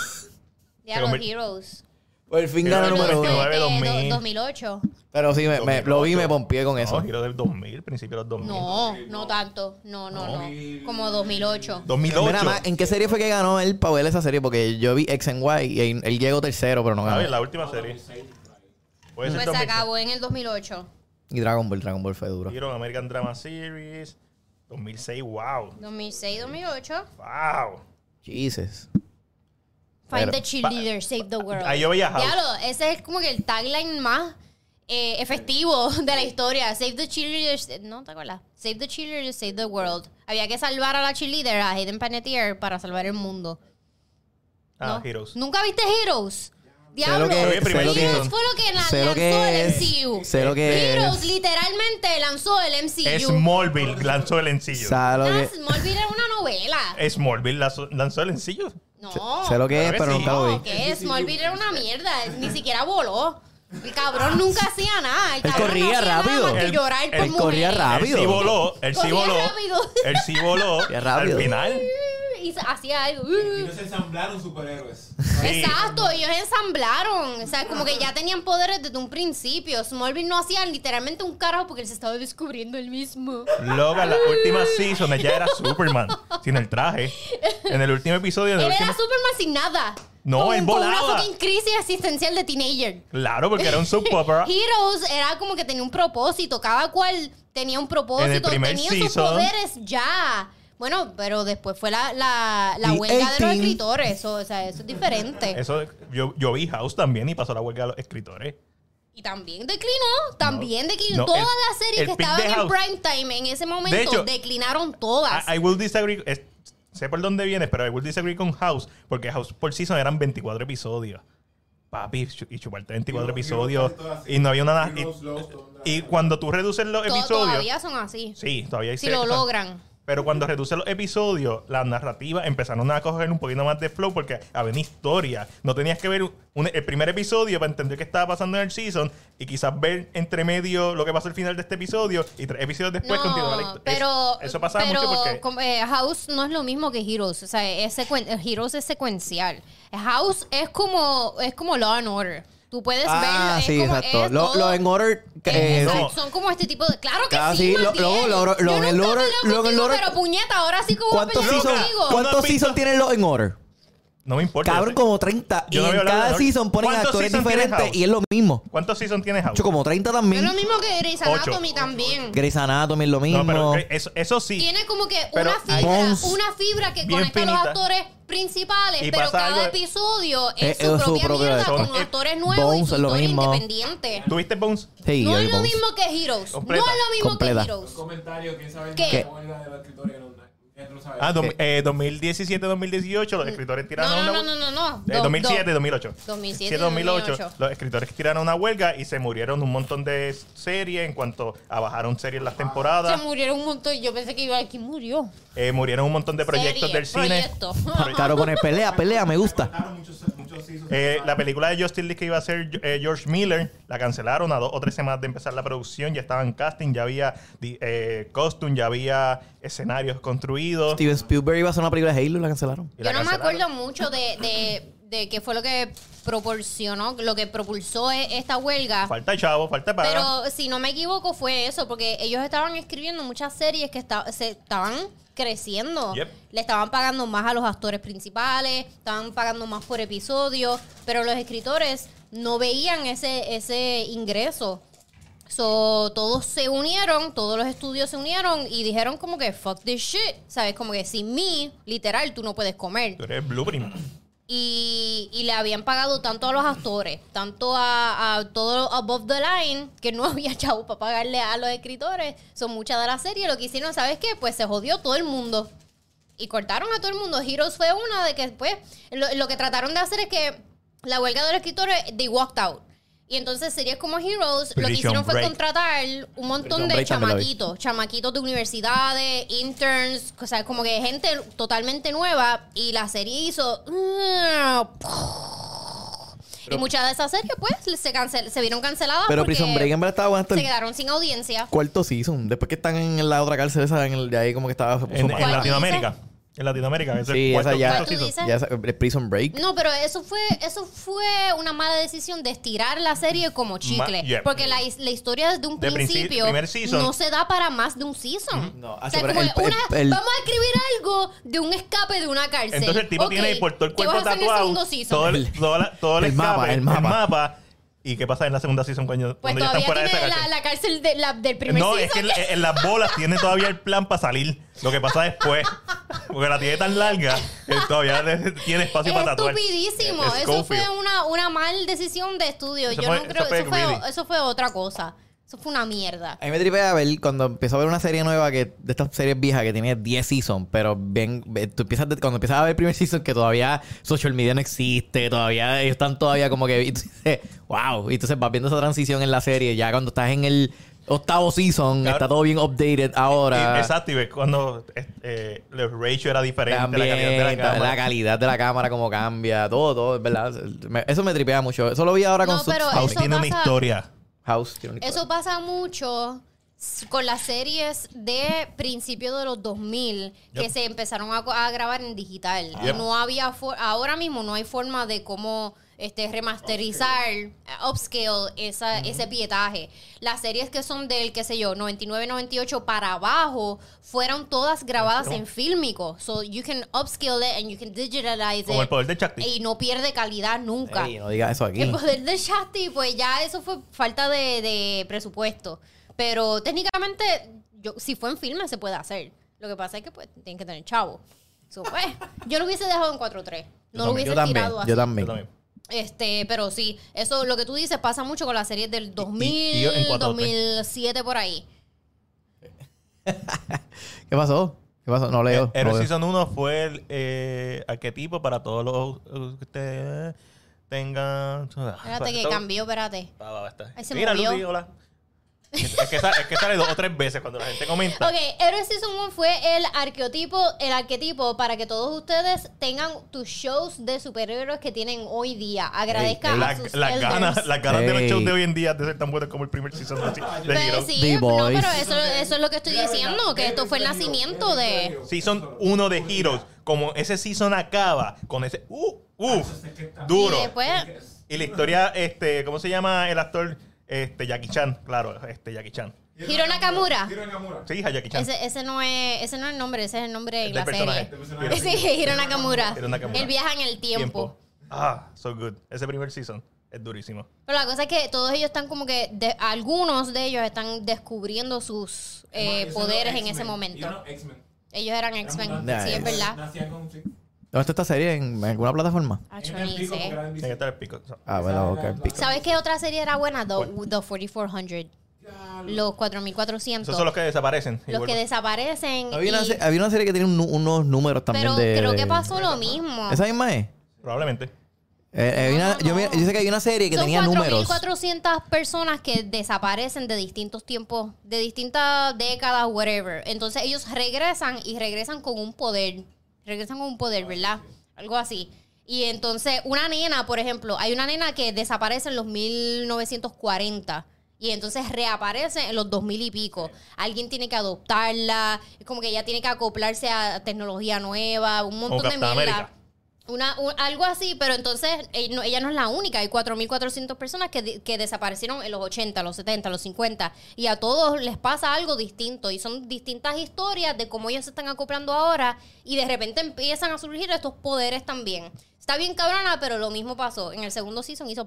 Ya Pero los me- Heroes. Por fin Era gana Pero Bueno, número este- uno. desde 2000. do- 2008. Pero sí, me, me- lo vi y me 2008. pompié con eso. No, giro del 2000, principio del 2000. No, no tanto. No, no, no. Como 2008. 2008. Mira, ma, ¿en qué serie fue que ganó él para ver esa serie? Porque yo vi X and Y y él, él llegó tercero, pero no Papi, ganó. la última serie. Puede Pues ser se 2006. acabó en el 2008. Y Dragon Ball, Dragon Ball fue duro. Hero American Drama Series. 2006, wow. 2006, 2008. Wow. Jesus. Find Pero- the cheerleader, save the world. Ahí yo veía House. Diablo, ese es como que el tagline más eh, efectivo (laughs) de la historia. Save the cheerleaders. No, ¿te acuerdas? Save the cheerleaders, save the world. Había que salvar a la cheerleader, a Hayden Panettiere, para salvar el mundo. Ah, ¿no? Heroes. ¿Nunca viste Heroes? Diablo. lo que- Yo vi el primer sé lo que- season. Heroes fue lo que la- sé lo lanzó que el es, MCU. sé lo que Heroes es. literalmente lanzó el MCU. Smallville lanzó el sencillo. Sé lo Ah, que, Smallville era una novela. Eh, Smallville lanzó- lanzó el sencillo. No. sé lo que Claro es, que pero sí. nunca lo vi. No, que Smallville era una mierda. Ni siquiera voló. El cabrón nunca hacía nada. El Él cabrón corría no hacía nada rápido. más que Él- llorar por él corría mujeres. rápido. Él sí voló, él sí Corría voló. rápido. (laughs) Él sí voló. Corría rápido. Al final. Y se- hacía algo. Y no se ensamblaron superhéroes. Sí. Exacto, ellos ensamblaron. O sea, como que ya tenían poderes desde un principio. Smallville no hacía literalmente un carajo porque él se estaba descubriendo él mismo. Loca, en las últimas seasons ya era Superman. sin el traje. En el último episodio. En el Él era último... Superman sin nada. No, Con- él Con una volaba. fucking crisis existencial de teenager. Claro, porque era un soap (laughs) opera. Heroes era como que tenía un propósito. Cada cual tenía En un el propósito. primer Tenía sus season- poderes ya. Bueno, pero después fue la, la, la The huelga de los 18. escritores. Eso, o sea, eso es diferente. Eso, yo, yo vi House también y pasó la huelga de los escritores. Y también declinó, también declinó. no, todas el- las series el que pick de estaban en House- prime time en ese momento De hecho, declinaron todas. I, I will disagree. es- sé por dónde vienes, pero I will disagree con House, porque House por season eran 24 episodios. Papi, chu- y chuparte 24 Y- y episodios. casi todas así. Y no había una. nada- Y Y, eh, los- los- los- y cuando tú reduces los To- episodios. todavía son así. Sí, todavía hay si lo series- logran. Pero cuando reduce los episodios, las narrativas empezaron a coger un poquito más de flow porque había una historia. No tenías que ver un- un- el primer episodio para entender qué estaba pasando en el season y quizás ver entre medio lo que pasó al final de este episodio y tres episodios después continuar la No, historia. pero, eso pasaba pero mucho porque... com- eh, House no es lo mismo que Heroes. O sea, es secuen- eh, Heroes es secuencial. House es como, es como Law and Order. Tú puedes Ah, verlo. es sí, como- exacto. es Lo, todo- lo en order. Eh, eh, No. son- Son como este tipo de. Claro que Casi, sí, lo- Martín. luego lo- lo- Yo en Lore- nunca peleo luego en contigo, Lore- pero puñeta, ahora sí como ¿Cuántos Loca, season, contigo. ¿cuántos ¿cuántos has visto? season tienen los en order? no me importa. Cabrón, yo sé- como 30. Yo y no había en hablado de cada Order. season ponen ¿Cuántos actores season tiene diferentes House? y es lo mismo. ¿Cuántos seasons tienes House? Ocho, como 30 Es lo también. mismo que Grey's Ocho. Anatomy también. Grey's Anatomy es lo mismo. No, pero eh, eso, eso sí. Tiene como que Pero una hay- fibra, Bones. una fibra que Bien conecta a los finita. actores principales, Y pero pasa cada algo- episodio Eh, es su es su propia propio mierda eso. con Eh, actores nuevos y Bones su es lo historia mismo. independiente. ¿Tuviste Bones? Sí, No yo es lo voz. mismo que Heroes. Completa. No es lo mismo Completa. que Un Heroes. comentario, quién sabe ¿Qué? la huelga de los escritores en online. Ya tú lo sabes. Ah, dos- eh, 2017-2018 los escritores tiraron No, una... no, no, no, no, no. Eh, Do- 2007, do- 2008. 2007, 2008. 2008. Los escritores tiraron una huelga y se murieron un montón de series en cuanto a bajaron series las Se temporadas. murieron un montón. Yo pensé que iba aquí murió. Eh, murieron un montón de proyectos Series, del cine. proyectos. (laughs) Claro, pone pelea, pelea, me gusta. Cortaron muchos- muchos seasons. Eh, la película de Justin Lee que iba a ser eh, George Miller la cancelaron a dos o tres semanas de empezar la producción. Ya estaban casting, ya había di- eh, costume, ya había escenarios construidos. Steven Spielberg iba a hacer una película de Halo y la cancelaron. y Yo la no me cancelaron. acuerdo mucho de, de, de qué fue lo que proporcionó, lo que propulsó e- esta huelga. Falta chavo, falta para. Pero si no me equivoco fue eso, porque ellos estaban escribiendo muchas series que esta- se estaban creciendo. Yep. Le estaban pagando más a los actores principales, estaban pagando más por episodio, pero los escritores no veían ese, ese ingreso. So, todos se unieron, todos los estudios se unieron y dijeron como que fuck this shit, ¿sabes? Como que sin mí, literal, tú no puedes comer Tú eres Blueprint. y, y le habían pagado tanto a los actores, tanto a, a todo above the line, que no (laughs) había chavo para pagarle a los escritores. Son muchas de las series. Lo que hicieron, ¿sabes qué? Pues se jodió todo el mundo. Y cortaron a todo el mundo. Heroes fue una de que después. Lo, lo que trataron de hacer es que la huelga de los escritores, they walked out. Y entonces series como Heroes, lo que Prison hicieron fue Break. contratar un montón Prison de Break también la vi. chamaquitos chamaquitos, chamaquitos de universidades, interns, o sea, como que gente totalmente nueva y la serie hizo... Y muchas de esas series, pues, se, cancel, se vieron canceladas Pero Ah, porque Prison Break en verdad estaba bueno hasta se el quedaron sin audiencia. cuarto season. Después que están en la otra cárcel esa, en el, de ahí como que estaba... se puso En, mal. en ¿Cuál Latinoamérica. En Latinoamérica. es el sí, esa cuarto- ya... cuarto ¿Cuál tú season. dices? ya esa- eh, Prison Break. No, pero eso fue eso fue una mala decisión de estirar la serie como chicle. Ma- yeah. Porque la, his- la historia desde un De princi- principio primer season. no se da para más de un season. No, o sea, pero como el- una- el- el- vamos a escribir algo de un escape de una cárcel. Entonces el tipo Ok, tiene por todo el ¿qué cuerpo vas a hacer en el tatuado. segundo season? Todo el, todo la- todo el El mapa, escape, el mapa. ¿Y qué pasa en la segunda season cuando, pues cuando ya están todavía fuera de esa tiene la, cárcel? la cárcel de, la, del primer No, season. es que en, en las bolas tiene todavía el plan para salir. Lo que pasa después. Porque la tiene tan larga que todavía le- tiene espacio para tatuar. Estupidísimo. Es Eso fue Scofield. una, una mal decisión de estudio. Eso Yo fue- no eso creo. fue Eso fue, greedy. eso fue otra cosa. Eso fue una mierda. A mí me tripea ver cuando empiezo a ver una serie nueva que de estas series viejas que tiene 10 seasons, pero bien, ve- tú empiezas de- cuando empiezas a ver el primer season que todavía social media no existe, todavía ellos están todavía como que y tú dices, wow, y entonces vas viendo esa transición en la serie, ya cuando estás en el octavo season, Claro. está todo bien updated ahora. Y- Exacto, y ves cuando eh, eh, el ratio era diferente, También, la calidad de la ta- cámara. calidad de la cámara, como cambia, todo, todo, es verdad. Me- Eso me tripea mucho. Eso lo vi ahora con No, pero Substance. House eso tiene una pasa- historia. House. tiene un- Eso pasa mucho s- con las series de principio de los 2000 que Yep. Ah. se empezaron a, co- a grabar en digital. Yep. No había for- ahora mismo no hay forma de cómo este remasterizar eh, upscale esa, ese pietaje. Las series que son del qué sé yo, 99 98 para abajo fueron todas grabadas en fílmico. So you can upscale it and you can digitalize Como it el poder de Chakti. y no pierde calidad nunca. Ey, no digas eso aquí. El poder del Shasti, pues ya eso fue falta de, de presupuesto. Pero técnicamente, yo, si fue en filme, se puede hacer. Lo que pasa es que pues tienen que tener chavo. (laughs) So, pues, yo lo hubiese dejado en 4-3. No lo también, hubiese yo, también, tirado así. yo también, Yo también. Este, pero sí, eso lo que tú dices pasa mucho con las series del 2000, y yo en 4-3. 2007 por ahí. ¿Qué pasó? ¿Qué pasó? No leo. Hero no veo. Eh, Season 1 fue el eh, arquetipo para todos los eh, que ustedes tengan. Espérate que Todo- cambió, espérate. Ah, Va, va, va, está. Ay, se Mira, movió. Lucy, hola. Es es que, sale, es que sale dos o tres veces cuando la gente comenta. Ok, Héroes Season 1 fue el arquetipo, el arquetipo para que todos ustedes tengan tus shows de superhéroes que tienen hoy día. Agradezcan a La- sus las elders. ganas, las ganas de los Ey. shows de hoy en día de ser tan buenos como el primer season de, de Pero Hero. Pues sí, The no, Boys. pero eso, eso es lo que estoy diciendo, que esto fue el nacimiento de... Season 1 pues, de Heroes. Como ese season acaba con ese. Uh, ¡Uf! Duro. Y después, Y la historia, este, ¿cómo se llama el actor? Este, Jackie Chan, claro, este, Jackie Chan. Hiro Nakamura. Hiro Nakamura. Sí, hija Jackie Chan. ese, ese no es, ese no es el nombre, ese es el nombre de Del la personaje. serie. Del (laughs) personaje. Sí, Hiro (laughs) Nakamura. Hiro Nakamura. Él viaja en el tiempo. Ah, so good. Ese primer season es durísimo. Pero la cosa es que todos ellos están como que, de- algunos de ellos están descubriendo sus eh, Eso poderes no, en ese X-Men. momento. Yo no, X-Men. Ellos eran Eran X-Men, mutantes. sí, es Nice. verdad. eh, Nacían con un chip. ¿Dónde está esta serie? ¿En, en alguna plataforma? Ah, En el Chinese, pico, eh. porque era Tiene en que DC. estar el pico. So, Ah, bueno, ok. pico. ¿Sabes qué otra serie era buena? The, ¿Cuál? The 4400. Ya, lo- Los 4400. Esos son los que desaparecen. y los que vuelven. desaparecen. Había una, y- se- había una serie que tenía un nu- unos números también pero de... creo de- que pasó lo mismo. ¿Esa misma es? Probablemente. Eh, había una- yo, vi- yo sé que hay una serie que Son tenía números. 4.400 personas que desaparecen de distintos tiempos, de distintas décadas, whatever. Entonces ellos regresan y regresan con un poder. Regresan con un poder, ¿verdad? Algo así. Y entonces una nena, por ejemplo, hay una nena que desaparece en los 1940. Y entonces reaparece en los 2000 y pico. Alguien tiene que adoptarla. Es como que ella tiene que acoplarse a tecnología nueva, un montón de Capitán mierda. América. Una, un- algo así, pero entonces eh, no- ella no es la única. Hay 4.400 personas que, di- que desaparecieron en los 80, los 70, los 50. Y a todos les pasa algo distinto. Y son distintas historias de cómo ellos se están acoplando ahora. Y de repente empiezan a surgir estos poderes también. Está bien cabrona, pero lo mismo pasó. En el segundo season hizo...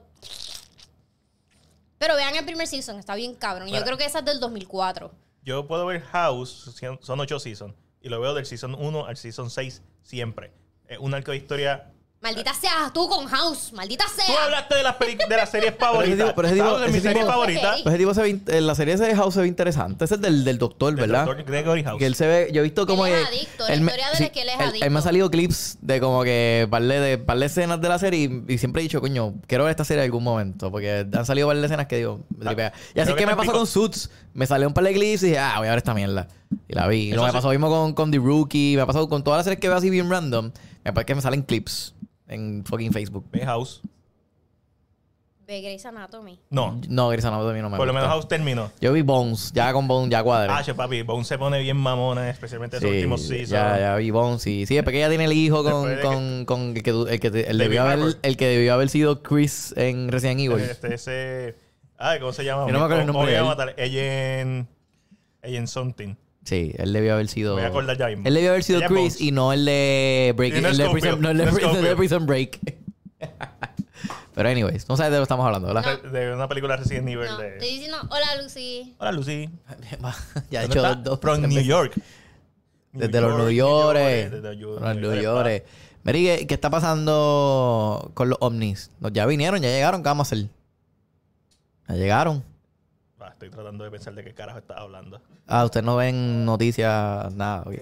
Pero vean el primer season, está bien cabrón. Yo Para. creo que esa es del 2004. Yo puedo ver House, son- son ocho seasons, y lo veo del season 1 al season 6 siempre. Es un arco de historia. Maldita sea tú con House, maldita sea. Tú hablaste de las, peli- de las series favoritas. tipo- pero ese tipo- Hablo de mi ese serie tipo- favorita. Ok. Pues ese tipo se ve in- eh, la serie esa de House se ve interesante. Ese es del, del doctor, del ¿verdad? Dr. Gregory House. Que él se ve, yo he visto como Él es que- adicto, la me- historia de él es que él es Él me adicto. ha salido clips de como que par de, de- par de escenas de la serie y, y siempre he dicho, coño, quiero ver esta serie en algún momento. Porque han salido par de escenas que digo, me Ah, tripea. Y creo así que que me está en pasó Peacock. con Suits. Me salió un par de clips y dije, ah, voy a ver esta mierda. Y la vi. Y Eso luego me sí. pasó mismo con, con The Rookie. Me ha pasado con todas las series que veo así bien random. Me parece que me salen clips en fucking Facebook. Ve House. Ve Grey's Anatomy. No, No, Grisa, no, a mí no me por lo gusta. menos House terminó. Yo vi Bones, ya con Bones, ya cuadro. Ah, che, papi, Bones se pone bien mamona, especialmente en Sí, esos últimos seasons. Ya, ya vi Bones, sí. Sí, es porque ella tiene el hijo con, Después de con, con el que, el que el debió David haber, Harbour. el que debió haber sido Chris en Resident Evil. Este, ese. Ay, ¿cómo se llama? Yo no me acuerdo el O- nombre de voy a él. matar. Ella en. Ella en Something. Sí, él debió haber sido. Me voy a acordar ya mismo. Él debió haber sido Ella es Chris Bones. y no el de Break. Y no el es de Scofield, Prison, no, el de no es Prison- el de Scofield. Prison Break. (laughs) Pero, anyways, no sabes de lo que estamos hablando, ¿verdad? De- De una película recién nivel No, estoy de. diciendo, hola Lucy. Hola, Lucy. (laughs) ya he ¿Dónde hecho está? dos. dos- From New York. Desde los New York. eh. Desde los New Los New York. York. Mary, ¿qué, qué está pasando con los ovnis? No, Ya vinieron, ya llegaron, ¿qué vamos a hacer? Ya llegaron. Ah, estoy tratando de pensar de qué carajo estás hablando. Ah, ustedes no ven noticias, nada. ok.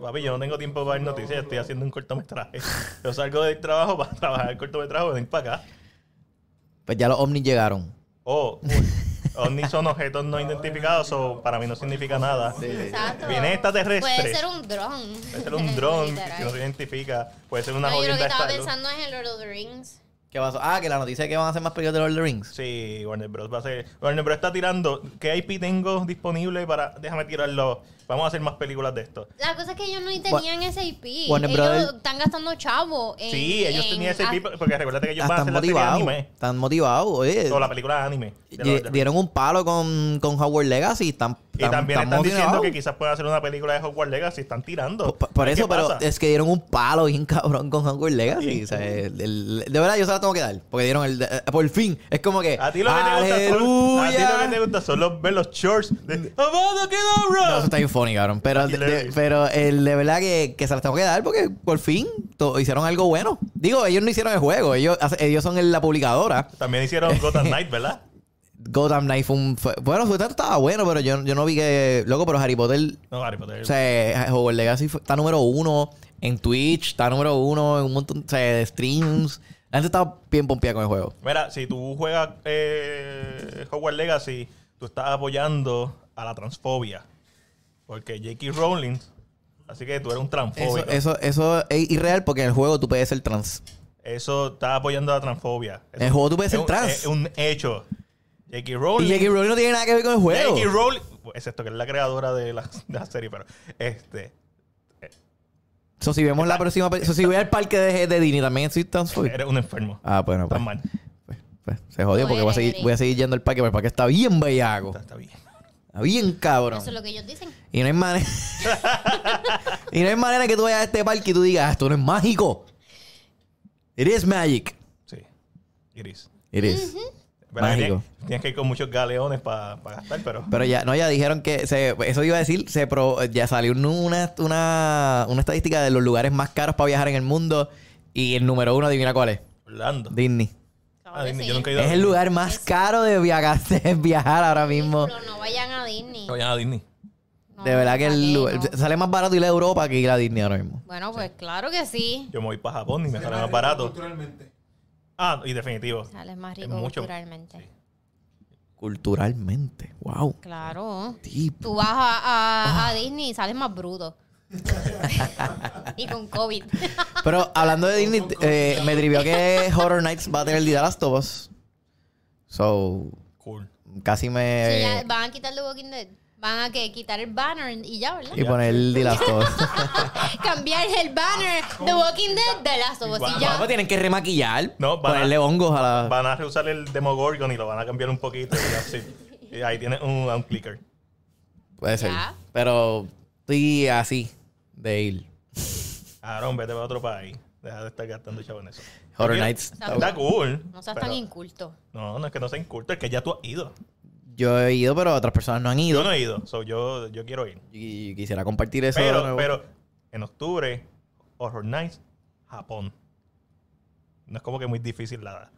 Papi, yo no tengo tiempo para ver noticias, yo estoy haciendo un cortometraje. Yo salgo del trabajo para trabajar el cortometraje y venir para acá. Pues ya los ovnis llegaron. Oh, uy. ovnis son objetos no identificados, o para mí no significa nada. Exacto. Viene extraterrestre. Puede ser un dron. Puede ser (laughs) un dron que no Literal. se identifica, puede ser una No, yo lo que jodienda estaba esta luz. pensando es en Lord of the Rings. ¿Qué pasó? Ah, que la noticia es que van a hacer más películas de Lord of the Rings. Sí, Warner Bros. va a ser. Warner Bros. está tirando. ¿Qué IP tengo disponible para.? Déjame tirarlo. Vamos a hacer más películas de esto. La cosa es que ellos no ni tenían ese IP. Warner ellos Brothers- están gastando chavo. En, Sí, ellos en- tenían ese ah, IP porque recuerda que ellos Ah, van a hacer están la serie de motivados. Eh, anime. Están motivados, oye. O la película de anime. de Di- los- de- Dieron un palo con, con Howard Legacy. Están, y están- también están están diciendo motivados. que quizás puedan hacer una película de Hogwarts Legacy. Están tirando. Por, por ¿Qué eso, pero pasa? es que dieron un palo bien cabrón con Hogwarts Legacy. Bien o sea, el- el- de verdad, yo se la tengo que dar. Porque dieron el. eh, por fin. Es como que. A ti lo que te gusta ¡Aleluya! son, a ti lo que te gusta son los, ver los shorts de (laughs) No, eso está bien funny, cabrón. Pero, de, de- pero el de verdad que, que se las tengo que dar porque por fin to- hicieron algo bueno. Digo, ellos no hicieron el juego, ellos, hace- ellos son el- la publicadora. También hicieron Gotham Knight, ¿verdad? Gotham Knight fue un. fue- bueno, su tanto estaba bueno, pero yo, yo no vi que. Loco, pero Harry Potter. No, Harry Potter. (laughs) O sea, Hogwarts Legacy fue- está número uno en Twitch, está número uno en un montón o sea, de streams. La gente estaba bien pompeada con el juego. Mira, si tú juegas eh, Hogwarts Legacy, tú estás apoyando a la transfobia. Porque J.K. Rowling, así que tú eres un Eso, transfóbico. Eso, eso, eso es irreal porque en el juego tú puedes ser trans. está apoyando a la transfobia. Eso El juego tú puedes es ser un- trans. Es un hecho. J.K. Y Rowling. J.K. Rowling no tiene nada que ver con el juego. J.K. Rowling. Excepto que es la creadora de la, (laughs) de la serie, pero. Este. So, si vemos la próxima. pe- So, si voy al parque de, de Disney, también soy transfóbico. Eres un enfermo. Ah, bueno, Estás pues, mal. pues, pues, se jodió No porque voy a, eres, seguir, eres. voy a seguir yendo al parque, pero el parque está bien bellaco. Está, está bien. Está bien cabrón. Eso es lo que ellos dicen. Y no (laughs) hay manera. y no hay manera que tú vayas a este parque y tú digas, esto no es mágico. It is magic. Sí. Iris. It is. Pero Mágico. Tienes, tienes que ir con muchos galeones para gastar, pero. Pero ya, no, ya dijeron que, se- eso iba a decir, se pro- ya salió un- una, una, una estadística de los lugares más caros para viajar en el mundo y el número uno, adivina cuál es, Orlando. Disney. Ah, Disney, yo nunca he ido a Es el Disney. lugar más caro de viajar, (laughs) de viajar ahora mismo. Pero no vayan a Disney. No, ya a Disney. No, De verdad que ¿para el qué? lugar- No. sale más barato ir a Europa que ir a Disney ahora mismo. Bueno, pues claro que sí. Yo me voy para Japón y me sale Además, más barato. Culturalmente. Ah, y definitivo. Sales más Es rico mucho. culturalmente. Culturalmente. Wow. Claro. Tipo. Tú vas a, a- a Disney y sales (laughs) más bruto. y con COVID. Pero hablando de (laughs) Disney, eh, me trivió que Horror Nights va a tener el día de Last of Us. So, Cool. casi Sí, ya me... van a quitar The Walking Dead. Van a que quitar el banner y ya, ¿verdad? Y poner el The Last of Us. (laughs) Cambiar el banner The Walking Dead de Last of Us y Vamos, ya. pues tienen que remaquillar. No, van a- ponerle hongos a la... Van a reusar el Demogorgon y lo van a cambiar un poquito. y así. (laughs) Y ahí tienes un, un clicker. Puede ser. Ya. Pero estoy así de ir. Aaron, vete para otro país. Deja de estar gastando chavo en eso. Horror Mira, Nights. Está, cool. No seas pero- tan inculto. No, no es que no sea inculto, es que ya tú has ido. Yo he ido, pero otras personas no han Yo ido. no he ido, so yo, yo quiero ir. Y quisiera compartir eso. de Pero, nuevo. pero en octubre, Horror Nights, Japón. No es como que muy difícil la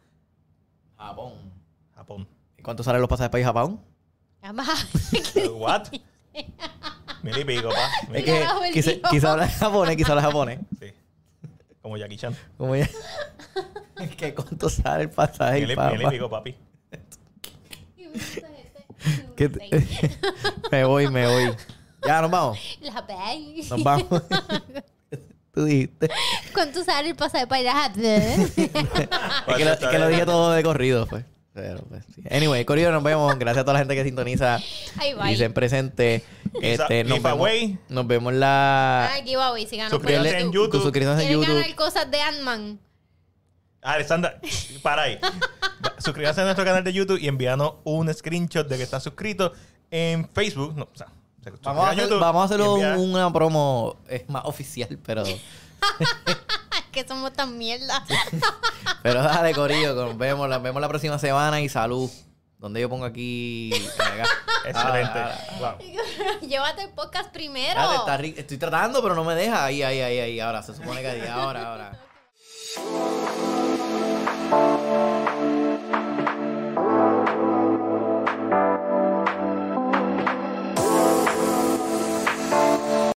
Japón. (laughs) Japón. ¿Y ¿Cuánto salen los pasajes para ir a Japón? Además, What? Mil y pico, pa. Mil y pico. Es que Carajo, el quise, Dios. quise hablar japonés, quise hablar japonés. Sí. (laughs) Como Jackie Chan. Como (laughs) ya. Es que cuánto sale el pasaje Mil y, para mil y pico, papi. (laughs) Me voy, me voy. Ya, nos vamos. (laughs) la ve. (laughs) Nos vamos. (laughs) Tú dijiste. ¿Cuánto sale el pasaje para ir a Japón? Es que, lo, es que lo dije todo de corrido, pues. Pero, pues, sí. Anyway, corrido, nos vemos. Gracias a toda la gente que sintoniza Ahí va. y se presente. Este, Give nos, vemos, away. nos vemos la. Aquí va, si ganas por Suscríbete en YouTube. Suscríbanse en ¿Quieren ganar YouTube. cosas de Ant-Man? (laughs) Alexandra, Ah, para ahí. Va, Suscríbase a nuestro canal de YouTube y envíanos un screenshot de que estás suscrito en Facebook. No, o sea, se- Vamos a, suscríbete hacer, YouTube vamos a y hacerlo envía- una promo es más oficial, pero. Ay, que somos tan mierda. Pero dale, Corillo, que nos vemos, nos vemos la próxima semana y salud. Donde yo pongo aquí. acá. Excelente. Ah, ah, Wow. (laughs) Llévate el podcast primero. ah, te está ri- Estoy tratando, pero no me deja. Ahí, ahí, ahí, ahí. Ahora, se supone que ahí, ahora, ahora.